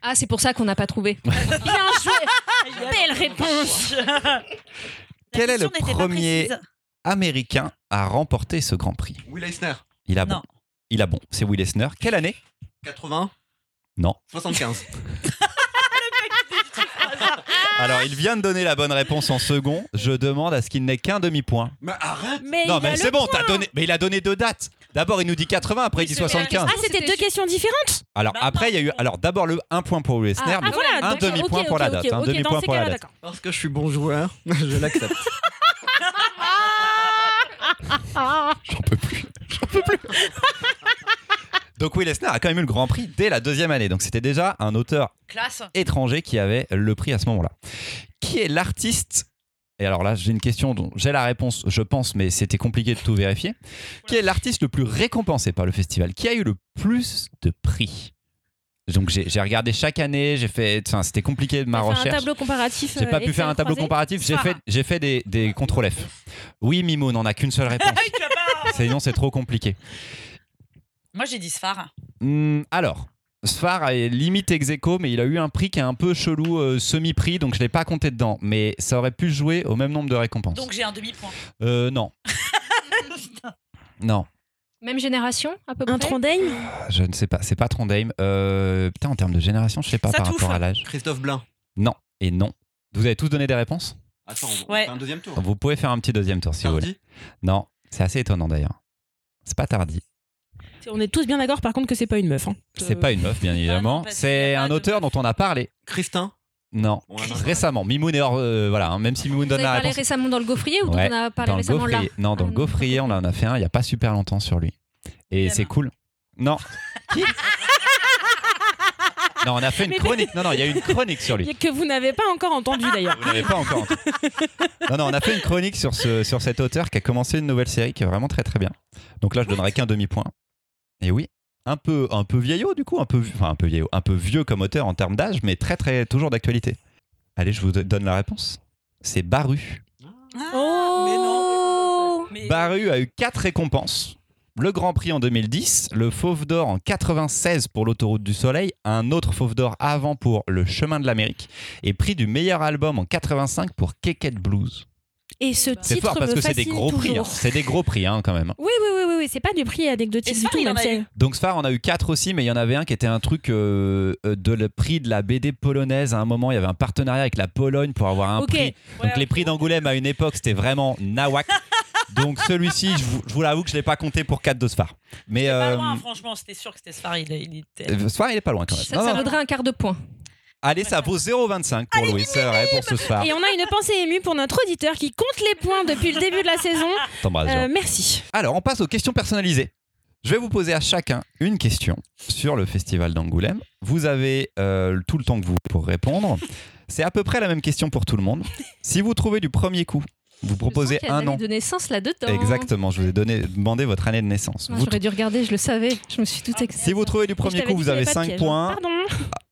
Ah, c'est pour ça qu'on n'a pas trouvé.
Bien joué. Belle
réponse.
Quel est le premier Américain a remporté ce Grand Prix.
Will Eisner
Il a
Non.
bon. Il a bon. C'est Will Eisner. Quelle année
80
Non.
75.
Ah
Alors il vient de donner la bonne réponse en second. Je demande à ce qu'il n'ait qu'un demi-point.
Mais arrête
Mais
non
il a
mais
le-
c'est bon, t'as donné. Mais il a donné deux dates. D'abord il nous dit 80, après il dit
Oui, c'est vrai.
75.
Ah c'était deux questions différentes.
Alors
Bah
après, il y a eu
non.
alors d'abord le 1 point pour Will Eisner,
Ah,
mais
voilà,
un
d'accord.
demi-point
Ok,
pour la
ok,
date,
ok,
un
ok,
demi-point
dans ces
pour la
cas-là,
date.
d'accord.
Parce que je suis bon joueur, je l'accepte.
j'en peux plus, j'en peux plus. Donc Will Eisner a quand même eu le Grand Prix dès la deuxième année, donc c'était déjà un auteur
Classe.
étranger qui avait le prix à ce moment-là. Qui est l'artiste Et alors là, j'ai une question dont j'ai la réponse, je pense, mais c'était compliqué de tout vérifier. Qui est l'artiste le plus récompensé par le festival Qui a eu le plus de prix donc j'ai j'ai regardé chaque année, j'ai fait, enfin c'était compliqué de ma
T'as fait Un
recherche.
tableau comparatif.
J'ai
euh,
pas pu faire un
Excel
tableau
croisé.
comparatif, j'ai
Sarah.
fait, j'ai fait des, des contrôles F. Oui, Mimo, n'en a qu'une seule réponse.
Ah
Tu vas pas-
Sinon, c'est trop compliqué.
Moi, j'ai dit Sphare.
Hmm, alors, Sfar est limite ex aequo, mais il a eu un prix qui est un peu chelou, euh, semi-prix, donc je l'ai pas compté dedans. Mais ça aurait pu jouer au même nombre de récompenses.
Donc, j'ai un demi-point.
Euh, non. non,
Même génération, à peu près.
Un Trondheim.
je ne sais pas. C'est pas Trondheim. Euh, putain, en termes de génération, je sais pas
Ça
par
touffe.
rapport à l'âge.
Christophe Blain.
Non et non. Vous avez tous donné des réponses
Attends, on
Ouais.
fait un deuxième tour.
Vous pouvez faire un petit deuxième tour si vous voulez.
Hardy
Non, c'est assez étonnant d'ailleurs. C'est pas tardi.
Euh,
On est tous bien d'accord par contre que c'est pas une meuf. hein.
C'est
Euh,
pas une meuf, bien
non,
évidemment.
parce qu'il y
C'est
a pas
un
de
auteur dont
meuf.
on a parlé.
Christin
Non,
On en a parlé.
récemment. Mimoun est hors. euh, voilà, hein, même si Mimoun
Vous
donne
avez
la
parlé
réponse.
récemment dans le gaufrier ou
Ouais,
on a parlé
Dans le
récemment là
gaufrier. Non, dans
Ah,
le
non.
gaufrier, on en a fait un il n'y a pas super longtemps sur lui. Et
Yann.
c'est cool. Non. Qui Non, on a fait une
Mais-
chronique. Non, non, il y a eu une Ah. chronique sur lui.
Que vous n'avez pas encore entendu d'ailleurs.
Vous l'avez pas encore entendu. Non, non, on a fait une chronique sur, ce, sur cet auteur qui a commencé une nouvelle série qui est vraiment très très bien. Donc là, je donnerai qu'un demi-point. Et oui, un peu, un peu vieillot du coup, un peu, vi- enfin, un peu vieillot, un peu vieux comme auteur en termes d'âge, mais très très toujours d'actualité. Allez, je vous do- donne la réponse. C'est Baru.
Ah, Mais non.
Oh.
Mais-
Baru a eu quatre récompenses. Le Grand Prix en 2010, le Fauve d'Or en 96 pour l'Autoroute du Soleil, un autre Fauve d'Or avant pour Le Chemin de l'Amérique, et prix du meilleur album en 85 pour Keket Blues.
Et ce
C'est
titre
fort parce
me
que c'est des
fascine
gros prix. hein.
toujours.
C'est des gros prix hein, quand même.
Oui, oui, oui, oui, oui, c'est pas du prix
Et
anecdotique du
Sphare,
tout,
il en
même
a
si
eu.
elle-
Donc Sfar, on a eu quatre aussi, mais il y en avait un qui était un truc euh, euh, de le prix de la BD polonaise. À un moment, il y avait un partenariat avec la Pologne pour avoir un
Ok.
prix. Donc les prix d'Angoulême à une époque, c'était vraiment nawak. Donc celui-ci, je vous, je vous l'avoue que je l'ai pas compté pour 4 de Sfar. Mais
Pas
euh,
loin, franchement, c'était sûr que c'était Sfar. Il, il était...
euh, Sfar, il est pas loin quand même.
Ça,
Non,
ça
non.
vaudrait un quart de point.
Allez, ça vaut 0,25 pour Louis. C'est vrai pour ce Sfar.
Et on a une pensée émue pour notre auditeur qui compte les points depuis le début de la saison.
T'embrasses, Jean.
Euh, merci.
Alors, on passe aux questions personnalisées. Je vais vous poser à chacun une question sur le festival d'Angoulême. Vous avez euh, tout le temps que vous pour répondre. C'est à peu près la même question pour tout le monde. Si vous trouvez du premier coup, vous proposez
Je sens qu'il y a
un
l'année
an.
de naissance là-dedans.
Exactement, je vous ai donné, demandé votre année de naissance.
Moi,
Vous
J'aurais dû regarder, je le savais. Je me suis tout excitée.
Si vous trouvez du
Je
premier
t'avais
coup,
dit
vous
qu'il y
avez
avait pas
5
de piège. hein.
points.
Pardon.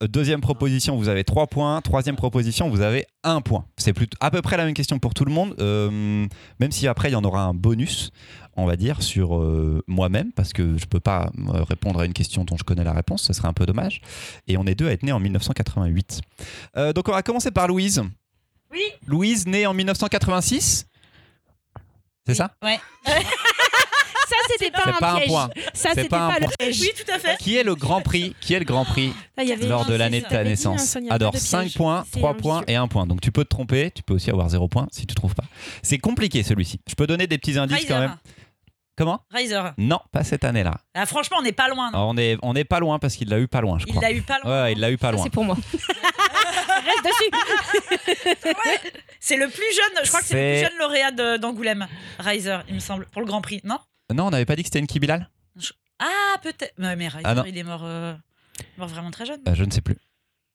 Deuxième proposition, vous avez 3 points. Troisième proposition, vous avez 1 point. C'est plus- à peu près la même question pour tout le monde, euh, même si après, il y en aura un bonus, on va dire, sur euh, moi-même, parce que je peux pas euh, répondre à une question dont je connais la réponse, ce serait un peu dommage. Et on est deux à être nés en 1988. Euh, donc on va commencer par Louise.
Oui.
Louise, née en 1986 C'est ça
Ouais.
Ça, c'était pas,
C'est
un
pas un
piège.
point.
Ça,
C'est
c'était
pas un
pas, le
point.
piège.
Oui, tout à fait.
Qui est le grand prix Qui est le grand prix
Là, il y avait
lors de
un,
l'année de
c'est-
ta
t'avais dit, hein,
naissance.
Sonia, pas
Alors
de piège.
5 points,
C'est
3 points
ambitieux.
et 1 point. Donc tu peux te tromper, tu peux aussi avoir 0 points si tu trouves pas. C'est compliqué celui-ci. Je peux donner des petits indices quand
Riser.
même. Comment
Riser.
Non, pas cette année-là.
hein. Ah, franchement, on n'est pas loin. non.
Alors, On est, on est pas loin parce qu'il l'a eu pas loin, je
Il
crois.
l'a eu pas loin.
Ouais, il l'a eu pas
Ça,
loin.
C'est pour moi.
Reste dessus.
C'est le plus jeune, je crois que c'est
C'est-
le plus jeune lauréat de- d'Angoulême, Riser, il me semble, pour le Grand Prix, non
Non, on n'avait pas dit que c'était une Kibilal
Ah, peut-être. Mais, mais Riser,
Ah, non.
il est mort, euh, mort vraiment très jeune.
Euh, Je ne sais plus.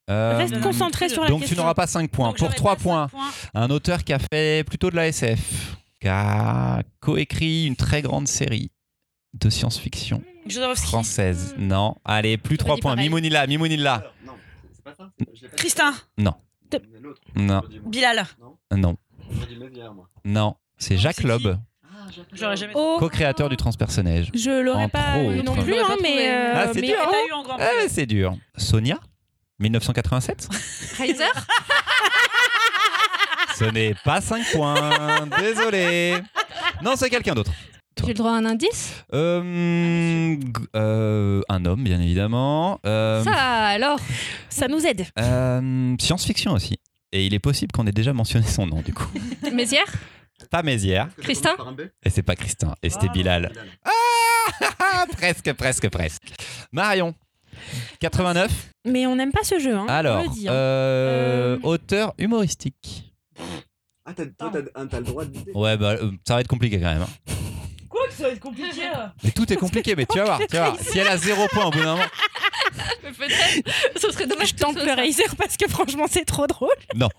Euh,
Reste concentré sur la
donc tu
question.
n'auras pas 5 points.
Donc,
Pour
j'aurais
3
pas
points,
cinq points.
un auteur qui a fait plutôt de la SF, qui a coécrit une très grande série de science-fiction
Jodorowsky.
française. Non, allez, plus
J'aurais
3
dit
points.
pareil.
Mimonilla, Mimonilla.
Non, c'est pas ça.
Christin,
Non,
Bilal.
non, non. C'est Jacques
c'est qui
Loeb,
J'aurais jamais.
Oh,
co-créateur du transpersonnage.
je l'aurais
Entre
pas eu
autres.
non plus,
On l'aurait
hein,
pas trouvé.
mais. euh,
Ah, c'est
mais
dur,
T'as
oh,
pas eu en Grand Prix.
Eh, c'est dur. Sonia, 1987.
Riser
Ce n'est pas 5 points. Désolé. Non, c'est quelqu'un d'autre.
J'ai le droit à un indice
Euh, g- euh, un homme, bien évidemment. Euh,
Ça, alors
ça nous aide.
euh, Science-fiction aussi. Et il est possible qu'on ait déjà mentionné son nom, du coup.
Mézières
Pas Mézières.
Christin
Et c'est pas Christin. Et c'était Bilal. Ah, presque, presque, presque. Marion, 89.
Mais on n'aime pas ce jeu, hein,
Alors,
on le dit. hein.
euh,
Euh,
auteur humoristique.
Ah, t'as toi, t'as- t'as le droit de l'idée.
Ouais, bah, euh, ça va être compliqué quand même. hein.
Quoi que ça va être compliqué. euh.
Mais tout est compliqué, mais tu vas voir, tu vas voir. Si elle a zéro point au bout d'un moment.
Peut-être. Ce serait dommage
Je tente le Razer parce que franchement, c'est trop drôle.
Non.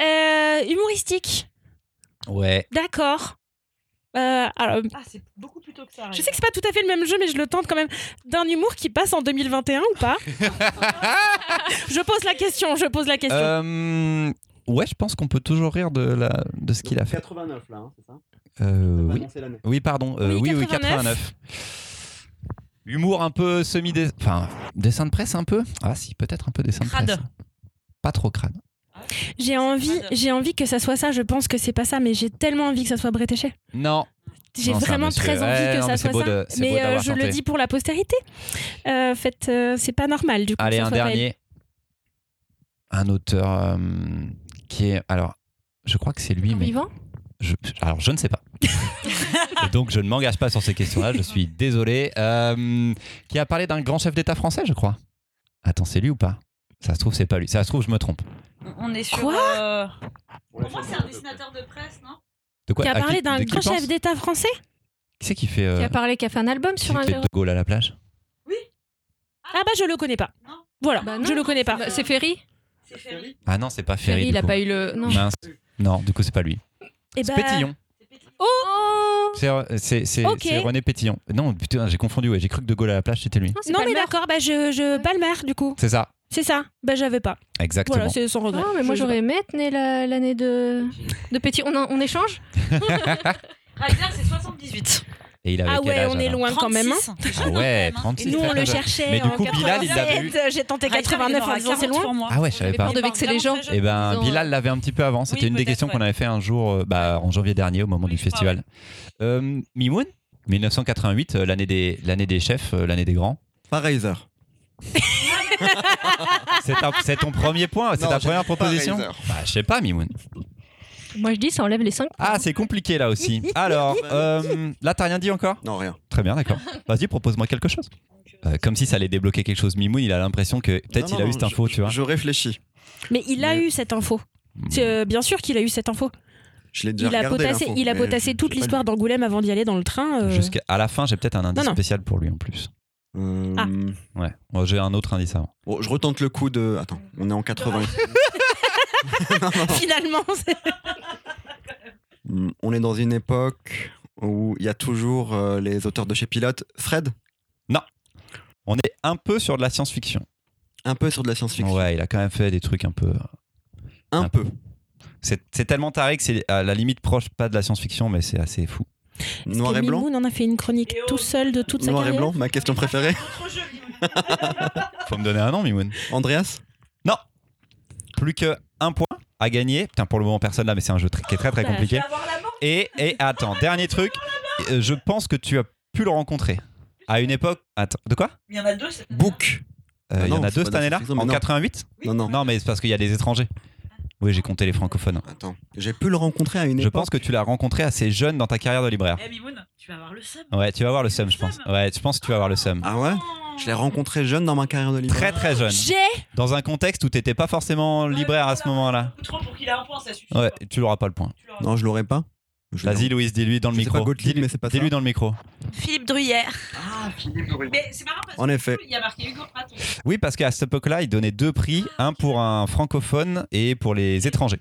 Euh, humoristique,
Ouais.
d'accord. Euh, alors,
Ah, c'est beaucoup plus tôt que
Ah,
ça.
je sais que c'est pas tout à fait le même jeu, mais je le tente quand même. D'un humour qui passe en 2021 ou pas Je pose la question, je pose la question.
Euh, ouais, je pense qu'on peut toujours rire de, la, de ce qu'il a fait.
89 là, hein, c'est ça
Euh,
T'as pas
oui.
annoncé l'année.
oui, pardon. euh,
Oui,
oui, oui,
89.
89. Humour un peu semi -dé... Enfin, dessin de presse un peu Ah, si, peut-être un peu dessin de
Crade.
presse. Pas trop crade.
J'ai envie,
pas de-
j'ai envie que ça soit ça. Je pense que c'est pas ça, mais j'ai tellement envie que ça soit Bretéché.
Non.
J'ai
Non, c'est un
vraiment
monsieur.
très envie
Ouais,
que
non,
ça
mais c'est
soit
beau
ça.
de- c'est beau
mais euh,
d'avoir
je le
chanté.
dis pour la postérité. Euh, faites, euh, c'est pas normal du coup.
Allez,
que ça
un
soit pas elle.
dernier. Un auteur euh, qui est. Alors, je crois que c'est lui, mais.
Vivant
je- alors, je ne sais pas. Et Donc, je ne m'engage pas sur ces questions-là, je suis désolé. Euh, qui a parlé d'un grand chef d'État français, je crois. Attends, c'est lui ou pas Ça se trouve, c'est pas lui. Ça se trouve, je me trompe.
On est sur.
Quoi
euh,
On l'a
Pour moi,
fait
c'est
un
un
peu près.
dessinateur de presse, non
De quoi
Qui a
à
parlé
qui-
d'un
de qui
grand
pense
chef d'État français
Qui c'est qui fait. euh,
Qui a parlé, qui a fait un album
qui
sur
c'est
un
qui fait De Gaulle à la plage
Ah bah je le connais pas.
Non.
Voilà,
Bah non,
je le connais pas.
Bah, C'est Ferry
C'est Ferry.
Ah non, c'est pas Ferry.
Ferry,
du
il a
coup.
pas eu le. Non.
Mince. Non, du coup, c'est pas lui.
Eh
C'est
bah,
Pétillon.
Oh
C'est c'est- c'est-
Ok.
c'est René Pétillon. Non, putain, j'ai confondu. ouais, J'ai cru que De Gaulle à la plage, c'était lui.
c'est
Non mais
Palmer.
d'accord, bah je, je Palmer du coup.
C'est ça,
C'est ça. Bah j'avais pas.
exactement.
Voilà, c'est son regret.
Ah, mais moi
Je-
j'aurais aimé être née la- l'année de... de Petit. On, en- on échange
Riser, c'est 78.
Et il avait
Ah
quel
ouais,
âge,
on est
alors
loin quand même. hein.
36.
Ah ouais,
Et
36.
nous
très
on le
jeune.
cherchait
Mais du
en Ah,
coup, Bilal, il l'avait eu.
87, J'ai tenté
Riser, il est
89
mort
en
à
disant c'est
40
loin.
pour moi.
Ah ouais, je savais
J'avais
pas.
peur de vexer les gens.
Eh
Et ben,
Ils ont,
Bilal l'avait un petit peu avant. C'était
Oui,
une des
peut-être,
questions qu'on
ouais.
avait fait un jour, euh, bah, en janvier dernier, au moment
Oui,
du
je crois,
festival. Euh, Mimoun, 1988, euh, l'année des, l'année des chefs, euh, l'année des grands.
Pas Razer.
C'est, un- c'est ton premier point, c'est
Non,
ta
j'ai
première
dit pas
proposition.
Razer.
Bah, je sais pas, Mimoun.
Moi, je dis, ça enlève les 5.
Ah, c'est compliqué là aussi. Alors, euh, là, t'as rien dit encore
Non, rien.
Très bien, d'accord. Vas-y, propose-moi quelque chose. Euh, comme si ça allait débloquer quelque chose. Mimoun, il a l'impression que peut-être
Non,
il a
non,
eu cette
je-
info, tu vois.
Je réfléchis.
Mais il a
Mais-
eu cette info. C'est, euh, bien sûr qu'il a eu cette info.
Je l'ai déjà
Il a
regardé,
potassé,
l'info,
il a
mais
potassé
j'ai
toute
pas lu.
l'histoire d'Angoulême avant d'y aller dans le train. euh,
Jusqu'à à la fin, j'ai peut-être un indice
non.
spécial pour lui en plus.
Euh,
Ah.
Ouais. Moi, j'ai un autre indice avant.
bon, je retente le coup de. Attends, on est en 80.
Ah, Finalement, c'est-
Hmm, on est dans une époque où il y a toujours euh, les auteurs de chez Pilote. Fred,
On est un peu sur de la science-fiction.
un peu sur de la science-fiction.
Ouais, il a quand même fait des trucs un peu.
Un
un
peu.
C'est c'est tellement taré que c'est à la limite proche, pas de la science-fiction, mais c'est assez fou.
Noir et
Parce que
blanc.
Mimoun en a fait une chronique
Et oh.
tout seul de toute sa
Noir et
carrière.
blanc, ma question préférée.
Trop joli.
Faut me donner un nom, Mimoun.
Andreas
Plus que un point à gagner. Putain, pour le moment, personne là, mais c'est un jeu tr- qui est très très
Voilà,
Tu
compliqué.
vas avoir la mort.
Et, et attends, dernier truc. Euh, Je pense que tu as pu le rencontrer à une époque. Attends, de quoi
Il y en a deux. c'est-
Book.
Euh,
Ah
Il y en
non,
a
c'est
deux
pas
cette
de la
année-là
science-fiction, mais
En
non.
88
Non, non.
Non, mais c'est parce qu'il y a des étrangers. Oui, j'ai compté les francophones.
Attends. J'ai pu le rencontrer à une
Je
époque.
pense que tu l'as rencontré assez jeune dans ta carrière de libraire.
Eh Mimoun, tu vas avoir le seum.
Ouais, tu vas avoir le seum, je pense. Ouais, je pense que tu vas avoir le seum.
Ah ouais Je l'ai rencontré jeune dans ma carrière de libraire.
Très très jeune.
J'ai
Dans un contexte où t'étais pas forcément libraire à ce moment-là.
Trop pour qu'il ait un point, ça suffit.
Ouais,
quoi.
tu l'auras pas le point.
Tu l'auras.
Non, je l'aurais pas. Je l'aurais-
Vas-y, Louise, dis-lui dans le
Je sais pas
micro.
Gottlieb,
Dis-lui-
mais c'est pas
Dis-lui
ça.
dans le micro.
Philippe Druyère. Ah, Philippe Druyère. Mais c'est marrant parce
En effet.
qu'il y a marqué Hugo Pratt.
Oui, parce qu'à cette époque-là, il donnait deux prix, un pour un francophone et pour les étrangers.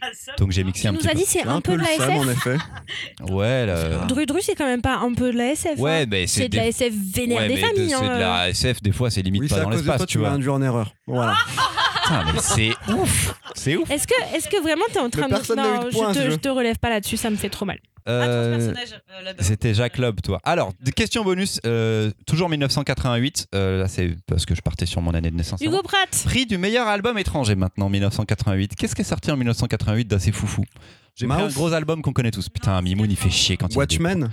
T'as le seum.
Donc j'ai mixé
Tu
un
nous
petit
a dit c'est
J'ai
un peu de
le
la
seum,
SF.
en effet.
Ouais, là, euh,
Dru Dru c'est quand même pas un peu de la SF. hein.
ouais, mais
C'est
c'est
de la
des-
SF vénère
ouais,
des
mais
familles.
C'est
hein.
de la SF, des fois, c'est limite
Oui, c'est
pas
à
dans
cause de toi,
l'espace,
tu
tu
m'as
vois.
induit en erreur. Voilà.
Putain, mais c'est ouf C'est ouf
Est-ce que, est-ce que vraiment t'es en train de.
personne n'a eu de
je,
point à ce
te,
jeu.
je te relève pas là-dessus, ça me fait trop mal.
Attends,
Euh,
ce personnage, euh, là-bas.
C'était Jacques Loeb, toi. Alors, des questions bonus, euh, toujours 1988. euh, là, c'est parce que je partais sur mon année de naissance.
Hugo Pratt
Prix du meilleur album étranger maintenant, 1988. Qu'est-ce qui est sorti en 1988 d'assez foufou J'ai pris
Mouse.
un gros album qu'on connaît tous. Putain, Mimoun, il fait chier quand il
Watchmen
dit-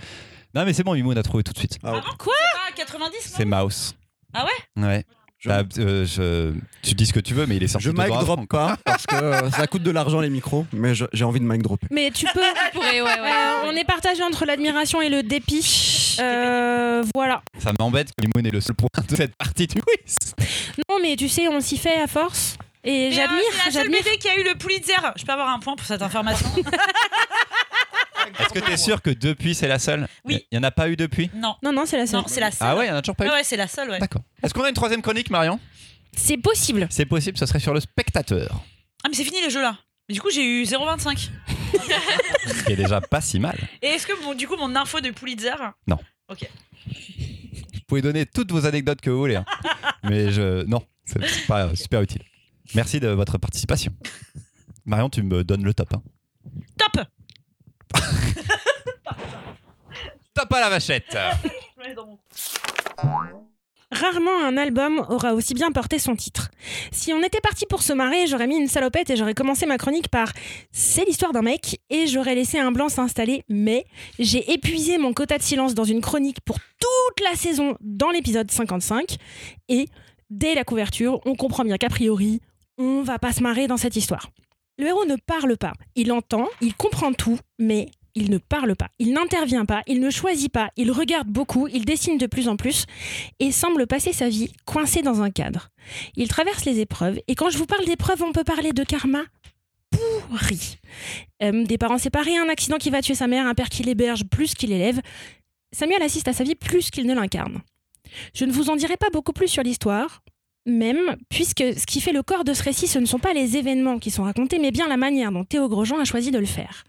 Non, mais c'est bon, Mimoun a trouvé tout de suite.
Ah, ok.
Quoi C'est pas 90
C'est Mouse.
Ah
ouais Ouais.
Je-
Bah, euh, je- Tu dis ce que tu veux, mais il est sorti
Je
deux
mic
jours avant.
drop pas parce que euh, ça coûte de l'argent les micros, mais je- j'ai envie de mic dropper.
Mais tu peux.
Ouais, ouais, ouais.
Euh, on est partagé entre l'admiration et le dépit. Euh, voilà.
Ça m'embête que Mimoun est le seul point de cette partie du quiz.
Non, mais tu sais, on s'y fait à force. Et
Mais, euh,
j'admire,
C'est la seule
j'admire.
BD qui a eu le Pulitzer. Je peux avoir un point pour cette information
Est-ce que t'es sûr que depuis, c'est la seule
Oui.
Il n'y en a pas eu depuis
Non,
Non, non, c'est la seule.
non, c'est la seule.
Ah ouais, il n'y en a toujours pas eu
Ouais, ouais, c'est la seule, ouais.
D'accord. Est-ce qu'on a une troisième chronique, Marion
C'est possible.
C'est possible, ce serait sur le spectateur.
Ah, mais c'est fini les jeux là. Mais du coup, j'ai eu 0,25.
Ce qui est déjà pas si mal.
Et est-ce que mon- du coup, mon info de Pulitzer.
Vous pouvez donner toutes vos anecdotes que vous voulez. hein. Mais je. Non, c'est c'est pas euh, super utile. Merci de votre participation. Marion, tu me donnes le top. hein.
Top
Top à la vachette
Rarement un album aura aussi bien porté son titre. Si on était parti pour se marrer, j'aurais mis une salopette et j'aurais commencé ma chronique par C'est l'histoire d'un mec et j'aurais laissé un blanc s'installer, mais j'ai épuisé mon quota de silence dans une chronique pour toute la saison dans l'épisode 55 et dès la couverture, on comprend bien qu'a priori, on va pas se marrer dans cette histoire. Le héros ne parle pas, il entend, il comprend tout, mais il ne parle pas, il n'intervient pas, il ne choisit pas, il regarde beaucoup, il dessine de plus en plus et semble passer sa vie coincé dans un cadre. Il traverse les épreuves, et quand je vous parle d'épreuves, on peut parler de karma pourri. Euh, des parents séparés, un accident qui va tuer sa mère, un père qui l'héberge plus qu'il élève. Samuel assiste à sa vie plus qu'il ne l'incarne. Je ne vous en dirai pas beaucoup plus sur l'histoire, même puisque ce qui fait le corps de ce récit, ce ne sont pas les événements qui sont racontés, mais bien la manière dont Théo Grosjean a choisi de le faire.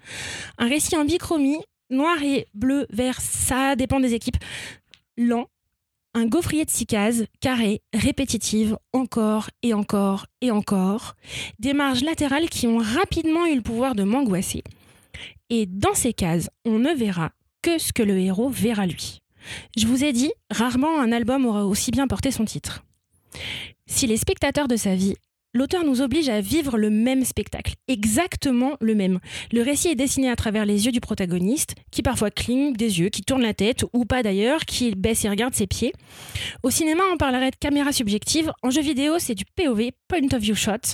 Un récit en bichromie, noir et bleu, vert, ça dépend des équipes, lent, un gaufrier de six cases, carré, répétitive, encore et encore et encore. Des marges latérales qui ont rapidement eu le pouvoir de m'angoisser. Et dans ces cases, on ne verra que ce que le héros verra lui. Je vous ai dit, rarement un album aura aussi bien porté son titre. Si les spectateurs de sa vie L'auteur nous oblige à vivre le même spectacle, exactement le même. Le récit est dessiné à travers les yeux du protagoniste, qui parfois cligne des yeux, qui tourne la tête, ou pas d'ailleurs, qui baisse et regarde ses pieds. Au cinéma, on parlerait de caméra subjective. En jeu vidéo, c'est du POV, Point of View Shot.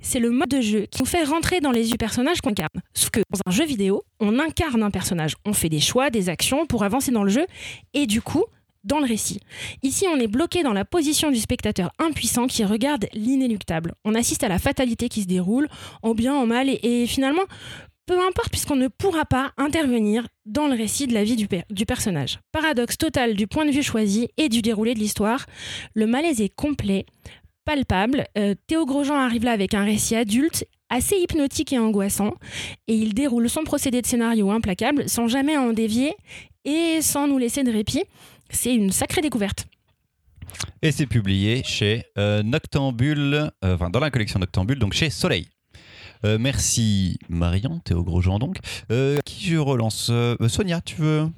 C'est le mode de jeu qui nous fait rentrer dans les yeux du personnage qu'on incarne. Sauf que dans un jeu vidéo, on incarne un personnage. On fait des choix, des actions pour avancer dans le jeu, et du coup, dans le récit. Ici, on est bloqué dans la position du spectateur impuissant qui regarde l'inéluctable. On assiste à la fatalité qui se déroule, en bien, en mal, et, et finalement, peu importe puisqu'on ne pourra pas intervenir dans le récit de la vie du, per- du personnage. Paradoxe total du point de vue choisi et du déroulé de l'histoire, le malaise est complet, palpable. Euh, Théo Grosjean arrive là avec un récit adulte assez hypnotique et angoissant, et il déroule son procédé de scénario implacable sans jamais en dévier et sans nous laisser de répit. C'est une sacrée découverte.
Et c'est publié chez euh, Noctambule, euh, enfin dans la collection Noctambule, donc chez Soleil. Euh, merci Marion, Théo Grosjean donc. Euh, qui je relance Euh, Sonia, tu veux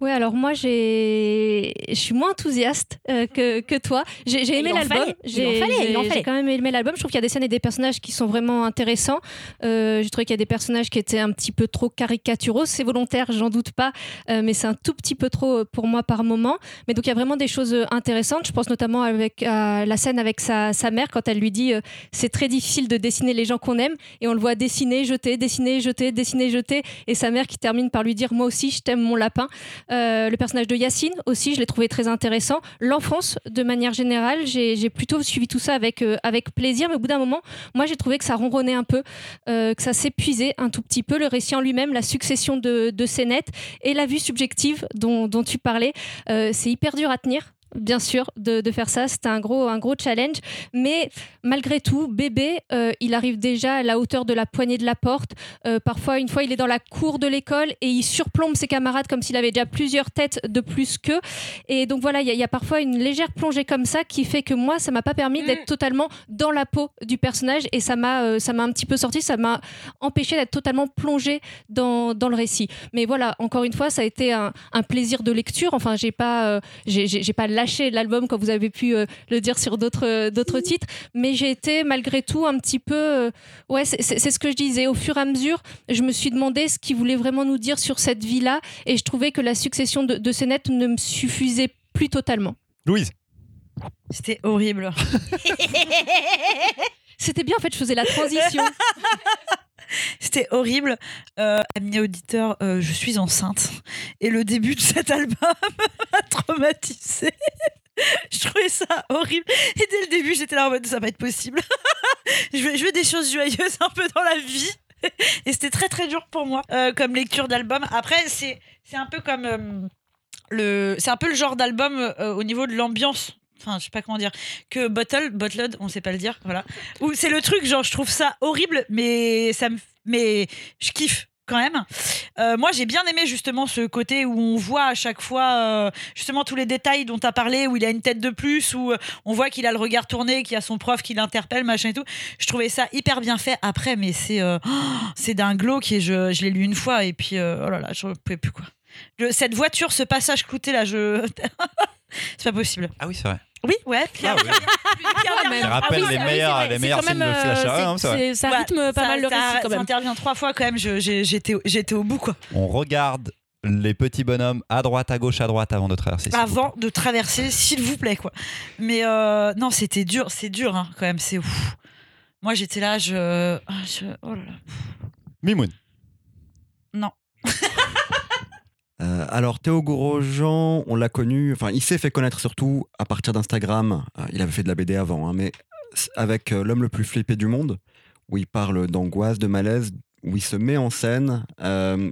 Ouais, alors moi, j'ai, je suis moins enthousiaste euh, que, que toi. J'ai j'ai
Il
aimé
en
l'album.
fallait, il
J'ai
en fallait, il
j'ai-
en
j'ai
fallait.
quand même aimé l'album. Je trouve qu'il y a des scènes et des personnages qui sont vraiment intéressants. Euh, je trouvais qu'il y a des personnages qui étaient un petit peu trop caricaturaux. C'est volontaire, j'en doute pas, euh, mais c'est un tout petit peu trop euh, pour moi par moment. Mais donc, il y a vraiment des choses euh, intéressantes. Je pense notamment avec à la scène avec sa, sa mère quand elle lui dit euh, c'est très difficile de dessiner les gens qu'on aime et on le voit dessiner, jeter, dessiner, jeter, dessiner, jeter. Et sa mère qui termine par lui dire moi aussi, je t'aime mon lapin. Euh, le personnage de Yacine aussi, je l'ai trouvé très intéressant. L'enfance, de manière générale, j'ai j'ai plutôt suivi tout ça avec, euh, avec plaisir, mais au bout d'un moment, moi j'ai trouvé que ça ronronnait un peu, euh, que ça s'épuisait un tout petit peu. Le récit en lui-même, la succession de, de scénettes et la vue subjective dont, dont tu parlais, euh, c'est hyper dur à tenir. Bien sûr, de, de faire ça, c'était un gros, un gros challenge. Mais malgré tout, bébé, euh, il arrive déjà à la hauteur de la poignée de la porte. Euh, parfois, une fois, il est dans la cour de l'école et il surplombe ses camarades comme s'il avait déjà plusieurs têtes de plus qu'eux. Et donc voilà, il y, a- il y a parfois une légère plongée comme ça qui fait que moi, ça m'a pas permis
Mm.
d'être totalement dans la peau du personnage et ça m'a euh, ça m'a un petit peu sorti, ça m'a empêché d'être totalement plongée dans, dans le récit. Mais voilà, encore une fois, ça a été un, un plaisir de lecture. Enfin, j'ai pas, euh, j'ai- j'ai j'ai pas lâché l'album comme vous avez pu euh, le dire sur d'autres euh, d'autres titres, mais j'ai été malgré tout un petit peu euh, Ouais, c'est- c'est c'est ce que je disais. Au fur et à mesure, je me suis demandé ce qu'il voulait vraiment nous dire sur cette vie-là, et je trouvais que la succession de, de scénettes ne me suffisait plus totalement.
Louise
C'était horrible.
C'était bien, en fait, je faisais la transition.
C'était horrible. Euh, ami auditeur, euh, je suis enceinte. Et le début de cet album m'a traumatisée. Je trouvais ça horrible. Et dès le début, j'étais là en mode ça va être possible. je, veux, je veux des choses joyeuses un peu dans la vie. Et c'était très très dur pour moi euh, comme lecture d'album. Après, c'est c'est un peu comme euh, le c'est un peu le genre d'album euh, au niveau de l'ambiance. Enfin, je sais pas comment dire. Que Bottle, Bottled, on sait pas le dire, voilà. Ou c'est le truc, genre, je trouve ça horrible, mais ça me mais je kiffe quand même. Euh, moi, j'ai bien aimé justement ce côté où on voit à chaque fois euh, justement tous les détails dont tu as parlé, où il a une tête de plus, où euh, on voit qu'il a le regard tourné, qu'il y a son prof qui l'interpelle, machin et tout. Je trouvais ça hyper bien fait après, mais c'est euh, oh, c'est d'un glauque et je, je l'ai lu une fois et puis euh, oh là là, je pouvais plus quoi. Le- cette voiture, ce passage clouté là, je. c'est pas possible.
Ah oui, c'est vrai. Ah
Oui, ouais, Pierre. Pierre, Pierre,
Ça rappelle
Ah oui,
les
ça-
meilleurs- les meilleurs films de
euh,
Flash Arrow, hein, c'est vrai.
Ça
Ouais,
rythme pas
ça-
mal le
ça-
récit quand
Ça
même.
intervient trois fois quand même, je- j'ai- j'étais j'étais au bout quoi.
On regarde les petits bonhommes à droite, à gauche, à droite avant de traverser. s'il vous plaît.
Bah, avant de traverser, s'il vous plaît, quoi. Mais euh, non, c'était dur, c'est dur hein, quand même, c'est ouf. Moi, j'étais là, je. ah, je- oh là là.
Mimoun.
Euh, alors Théo Grosjean, on l'a connu, enfin il s'est fait connaître surtout à partir d'Instagram. Euh, il avait fait de la BD avant, hein, mais s- avec euh, l'homme le plus flippé du monde, où il parle d'angoisse, de malaise, où il se met en scène euh,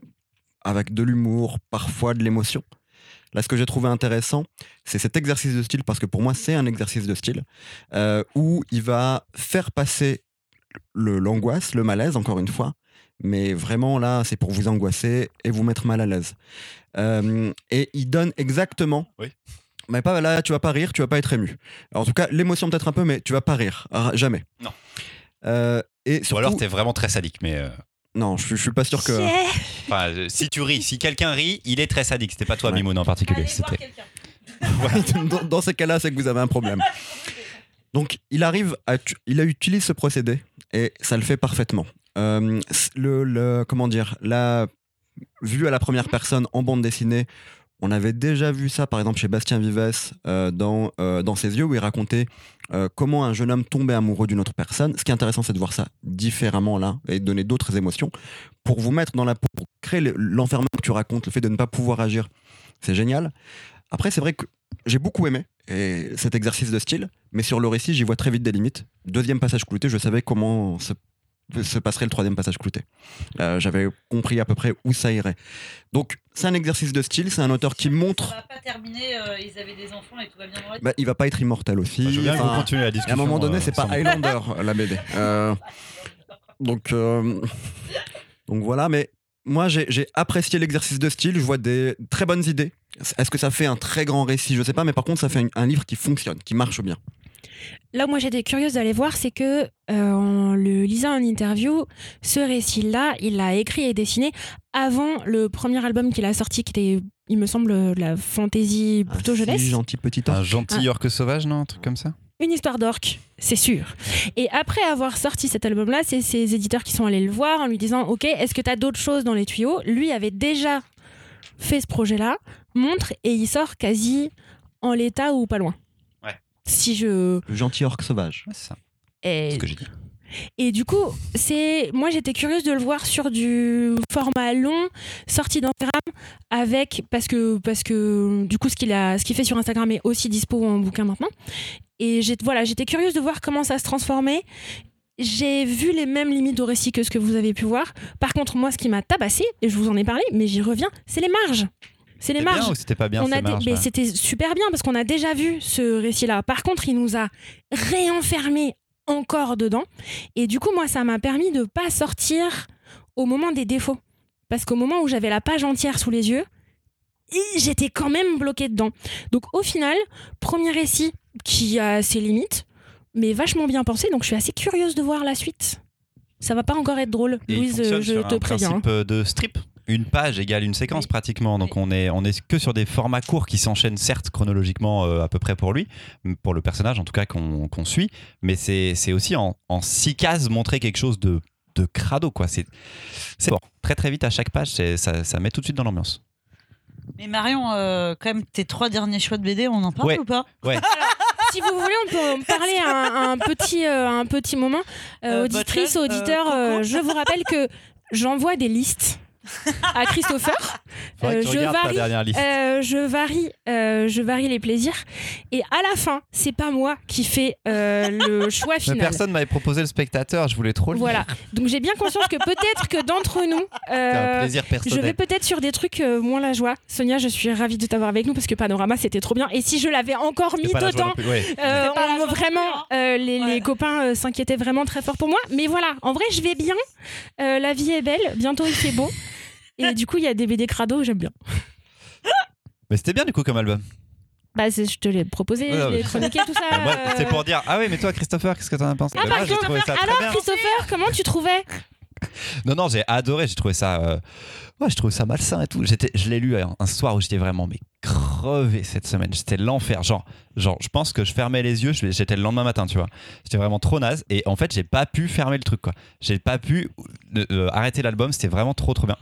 avec de l'humour, parfois de l'émotion. Là, ce que j'ai trouvé intéressant, c'est cet exercice de style, parce que pour moi, c'est un exercice de style, euh, où il va faire passer le- l'angoisse, le malaise, encore une fois, mais vraiment là, c'est pour vous angoisser et vous mettre mal à l'aise. Euh, et il donne exactement.
Oui.
Mais pas là, tu vas pas rire, tu vas pas être ému. Alors, en tout cas, l'émotion peut-être un peu, mais tu vas pas rire, Ah, jamais.
Non.
Euh, et surtout,
Ou alors t'es vraiment très sadique, mais euh,
non, je, suis- je suis pas sûr que.
enfin, euh, si tu ris, si quelqu'un rit, il est très sadique. C'était pas toi,
Ouais.
Mimoun en particulier. C'était.
Voilà, dans, dans ces cas-là, c'est que vous avez un problème. Donc il arrive à, tu- il a utilise ce procédé et ça le fait parfaitement. Euh, le, le- comment dire, la vue à la première personne en bande dessinée, on avait déjà vu ça par exemple chez Bastien Vives euh, dans euh, dans ses yeux où il racontait euh, comment un jeune homme tombait amoureux d'une autre personne. Ce qui est intéressant, c'est de voir ça différemment là et de donner d'autres émotions pour vous mettre dans la peau, pour créer le- l'enfermement que tu racontes, le fait de ne pas pouvoir agir. C'est génial. Après, c'est vrai que j'ai beaucoup aimé et cet exercice de style, mais sur le récit, j'y vois très vite des limites. Deuxième passage clouté, je savais comment se, se passerait le troisième passage clouté. Euh, J'avais compris à peu près où ça irait. Donc, c'est un exercice de style, c'est un auteur qui montre.
va pas terminer, euh, ils avaient des enfants et tout va bien dans la
Bah, il va pas être immortel aussi.
Enfin, Bah, je veux bien que vous
Enfin,
continuez la
à
discussion.
un moment donné,
euh,
c'est pas
sans-
Highlander la BD. Euh, donc, euh, donc voilà, mais moi j'ai j'ai apprécié l'exercice de style, je vois des très bonnes idées. Est-ce que ça fait un très grand récit Je sais pas, mais par contre, ça fait un, un livre qui fonctionne, qui marche bien.
Là où moi j'étais curieuse d'aller voir, c'est que euh, en le lisant en interview, ce récit-là, il l'a écrit et dessiné avant le premier album qu'il a sorti, qui était, il me semble, euh, de la fantasy plutôt
Un si
jeunesse.
gentil petit homme.
Un gentil
Ah.
orque sauvage, non Un truc comme ça
Une histoire d'orque, c'est sûr. Et après avoir sorti cet album-là, c'est ses éditeurs qui sont allés le voir en lui disant Ok, est-ce que t'as d'autres choses dans les tuyaux Lui avait déjà fait ce projet-là, montre, et il sort quasi en l'état ou pas loin.
Ouais.
Si je.
Le gentil orc sauvage.
Ouais, c'est ça.
Et-
C'est ce que j'ai dit.
Et du coup, c'est moi j'étais curieuse de le voir sur du format long, sorti d'Instagram avec parce que parce que du coup ce qu'il a ce qu'il fait sur Instagram est aussi dispo en bouquin maintenant. Et j'ai- voilà, j'étais curieuse de voir comment ça se transformait. J'ai vu les mêmes limites au récit que ce que vous avez pu voir. Par contre, moi ce qui m'a tabassé et je vous en ai parlé, mais j'y reviens, c'est les marges. C'est les
C'était
marges.
Eh bien ou c'était pas bien
On
ces
a dé-
marges
mais
là
c'était super bien parce qu'on a déjà vu ce récit-là. Par contre, il nous a réenfermé encore dedans. Et du coup, moi, ça m'a permis de pas sortir au moment des défauts. Parce qu'au moment où j'avais la page entière sous les yeux, et j'étais quand même bloquée dedans. Donc au final, premier récit qui a ses limites, mais vachement bien pensé. Donc je suis assez curieuse de voir la suite. Ça va pas encore être drôle,
Et il
Louise,
fonctionne
je
sur
te
un
préviens. hein.
principe euh, de strip. Une page égale une séquence pratiquement, donc on est on est que sur des formats courts qui s'enchaînent certes chronologiquement euh, à peu près pour lui, pour le personnage en tout cas qu'on qu'on suit, mais c'est c'est aussi en, en six cases montrer quelque chose de de crado quoi. C'est c'est fort. Très très vite à chaque page, c'est- ça, ça met tout de suite dans l'ambiance.
Mais Marion, euh, quand même, tes trois derniers choix de BD, on en parle
Ouais.
ou pas
si vous voulez, on peut en parler un, un petit, euh, un petit moment. Euh,
Euh,
auditrice,
Bottle, euh,
auditeur, euh,
Coco.
je vous rappelle que j'envoie des listes à Christopher.
Faudrait que
Euh,
tu
je
regardes ta
varie,
dernière liste.
Euh, je varie, euh, je varie les plaisirs. Et à la fin, c'est pas moi qui fais euh, le choix
Mais
final.
personne m'avait proposé le spectateur, je voulais trop le
Voilà.
lire.
Donc j'ai bien conscience que peut-être que d'entre nous,
C'est un
euh,
plaisir
je
personnel.
vais peut-être sur des trucs euh, moins la joie. Sonia, je suis ravie de t'avoir avec nous parce que Panorama c'était trop bien. Et si je l'avais encore
C'est
mis
pas la joie
d'autant
non plus, ouais.
euh,
C'est pas la
on-
joie non plus,
vraiment, euh, les, les
Ouais.
copains euh, s'inquiétaient vraiment très fort pour moi. Mais voilà, en vrai, je vais bien. Euh, la vie est belle. Bientôt, il fait beau. Et du coup, il y a des BD crado, j'aime bien.
Mais c'était bien du coup comme album.
Bah, c'est- je te l'ai proposé,
Ouais,
je
ouais.
l'ai chroniqué, tout ça.
Mais Ah, moi,
euh.
C'est pour dire ah oui mais toi Christopher qu'est-ce que t'en as pensé
Ah,
Bah,
par
Moi j'ai
contre,
trouvé ça très
Alors,
bien.
Christopher, comment tu trouvais
Non, non, j'ai adoré, j'ai trouvé ça. euh, Ouais, j'ai trouvé ça malsain et tout. J'étais, je l'ai lu un, un soir où j'étais vraiment mais crevé cette semaine. C'était l'enfer. Genre, genre, je pense que je fermais les yeux, je- j'étais le lendemain matin, tu vois. J'étais vraiment trop naze et en fait, j'ai pas pu fermer le truc, quoi. J'ai pas pu euh, euh, arrêter l'album, c'était vraiment trop, trop bien.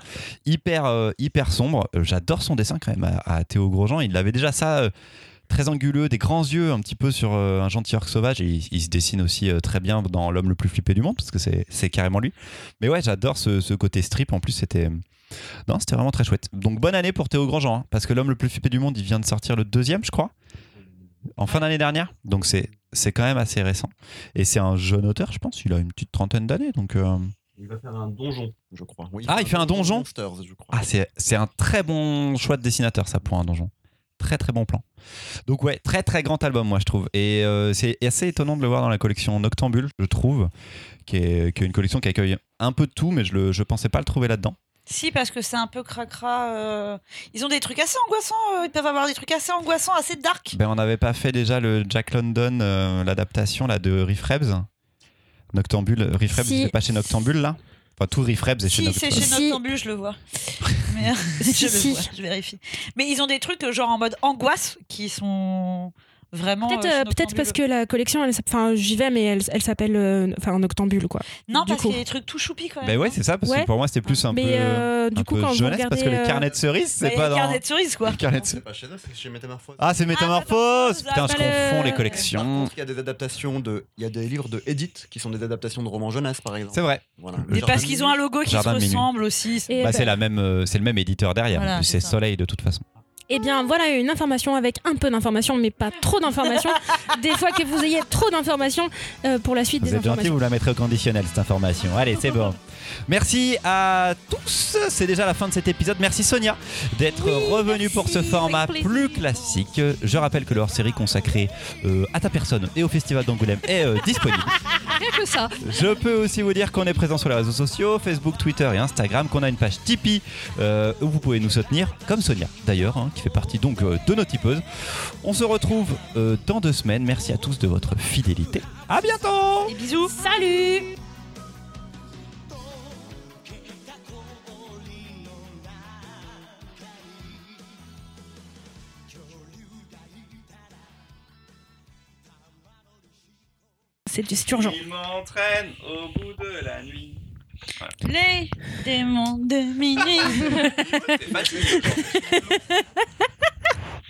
Hyper, euh, hyper sombre. Euh, J'adore son dessin quand même à, à Théo Grosjean. Il avait déjà ça. euh, Très anguleux, des grands yeux, un petit peu sur euh, un gentil orc sauvage. Et il, il se dessine aussi euh, très bien dans L'homme le plus flippé du monde, parce que c'est c'est carrément lui. Mais ouais, j'adore ce, ce côté strip. En plus, c'était. euh, Non, c'était vraiment très chouette. Donc, bonne année pour Théo Grandjean, hein, parce que l'homme le plus flippé du monde, il vient de sortir le deuxième, je crois, en fin d'année dernière. Donc, c'est, c'est quand même assez récent. Et c'est un jeune auteur, je pense. Il a une petite trentaine d'années. Donc, euh,
Il va faire un donjon, je crois. euh,
il Ah, fait il un fait un donjon donjon
Monsters, je crois.
Ah, c'est, c'est un très bon choix de dessinateur, ça, pour un donjon. Très, très bon plan. Donc, ouais, très, très grand album, moi, je trouve. Et euh, c'est assez étonnant de le voir dans la collection Noctambule, je trouve, qui est, qui est une collection qui accueille un peu de tout, mais je ne je pensais pas le trouver là-dedans.
Si, parce que c'est un peu cracra. euh, Ils ont des trucs assez angoissants. euh, Ils peuvent avoir des trucs assez angoissants, assez dark.
Ben, on n'avait pas fait déjà le Jack London, euh, l'adaptation là de Riff Rebs. Noctambule, Riff Rebs,
Si.
c'est pas chez Noctambule là Enfin, tout Riff Rebs est chez
Si, c'est
Noctambule.
chez
Si.
Noctambule, je le vois. Mais, je
Si,
le
si.
euh, vois, je vérifie. Mais ils ont des trucs euh, genre en mode angoisse qui sont Vraiment.
Peut-être
euh,
euh, peut-être parce
Noctambule.
que la collection, elle s'app- enfin j'y vais, mais elle, elle s'appelle, euh, enfin en octambule quoi.
Non,
du
parce
coup.
qu'il y a des trucs tout choupi quand même. hein.
Ben ouais, c'est ça, parce que
Ouais.
pour moi c'était plus un peu,
mais euh,
un
du coup
peu
quand vous
jeunesse,
regardez,
parce que les
euh,
carnets de cerises, c'est pas dans.
carnet de cerises, quoi.
les carnets de cerises.
C'est pas chez eux, c'est chez Métamorphose.
Ah, c'est Métamorphose
Métamorphose,
Putain, je
pas le-
confonds les
Par
collections.
contre, il y a des adaptations de, il y a des livres de Edith qui sont des adaptations de romans jeunesse, par exemple.
C'est vrai.
Voilà, le
Et
jardin
parce qu'ils ont un logo qui se
Jardin de minuit.
ressemble aussi.
Et,
Bah,
euh,
c'est la même, euh, c'est le même éditeur derrière.
Voilà,
en plus,
c'est
c'est
ça.
Soleil de toute façon.
Eh bien, voilà une information avec un peu d'informations, mais pas trop d'informations. des fois que vous ayez trop d'informations euh, pour la suite
Vous êtes
des
gentil,
informations.
vous la mettrez au conditionnel cette information. Allez, c'est bon. Merci à tous. C'est déjà la fin de cet épisode. Merci Sonia d'être revenue pour ce format plus classique. Je rappelle que leur série consacrée euh, à ta personne et au Festival d'Angoulême est euh, disponible.
Rien que ça.
Je peux aussi vous dire qu'on est présent sur les réseaux sociaux, Facebook, Twitter et Instagram, qu'on a une page Tipeee euh, où vous pouvez nous soutenir, comme Sonia d'ailleurs, hein, qui fait partie donc euh, de nos tipeuses. On se retrouve euh, dans deux semaines. Merci à tous de votre fidélité. À bientôt
Et bisous.
Salut C'est c'est urgent.
Il m'entraîne au bout de la nuit.
Les démons de minuit.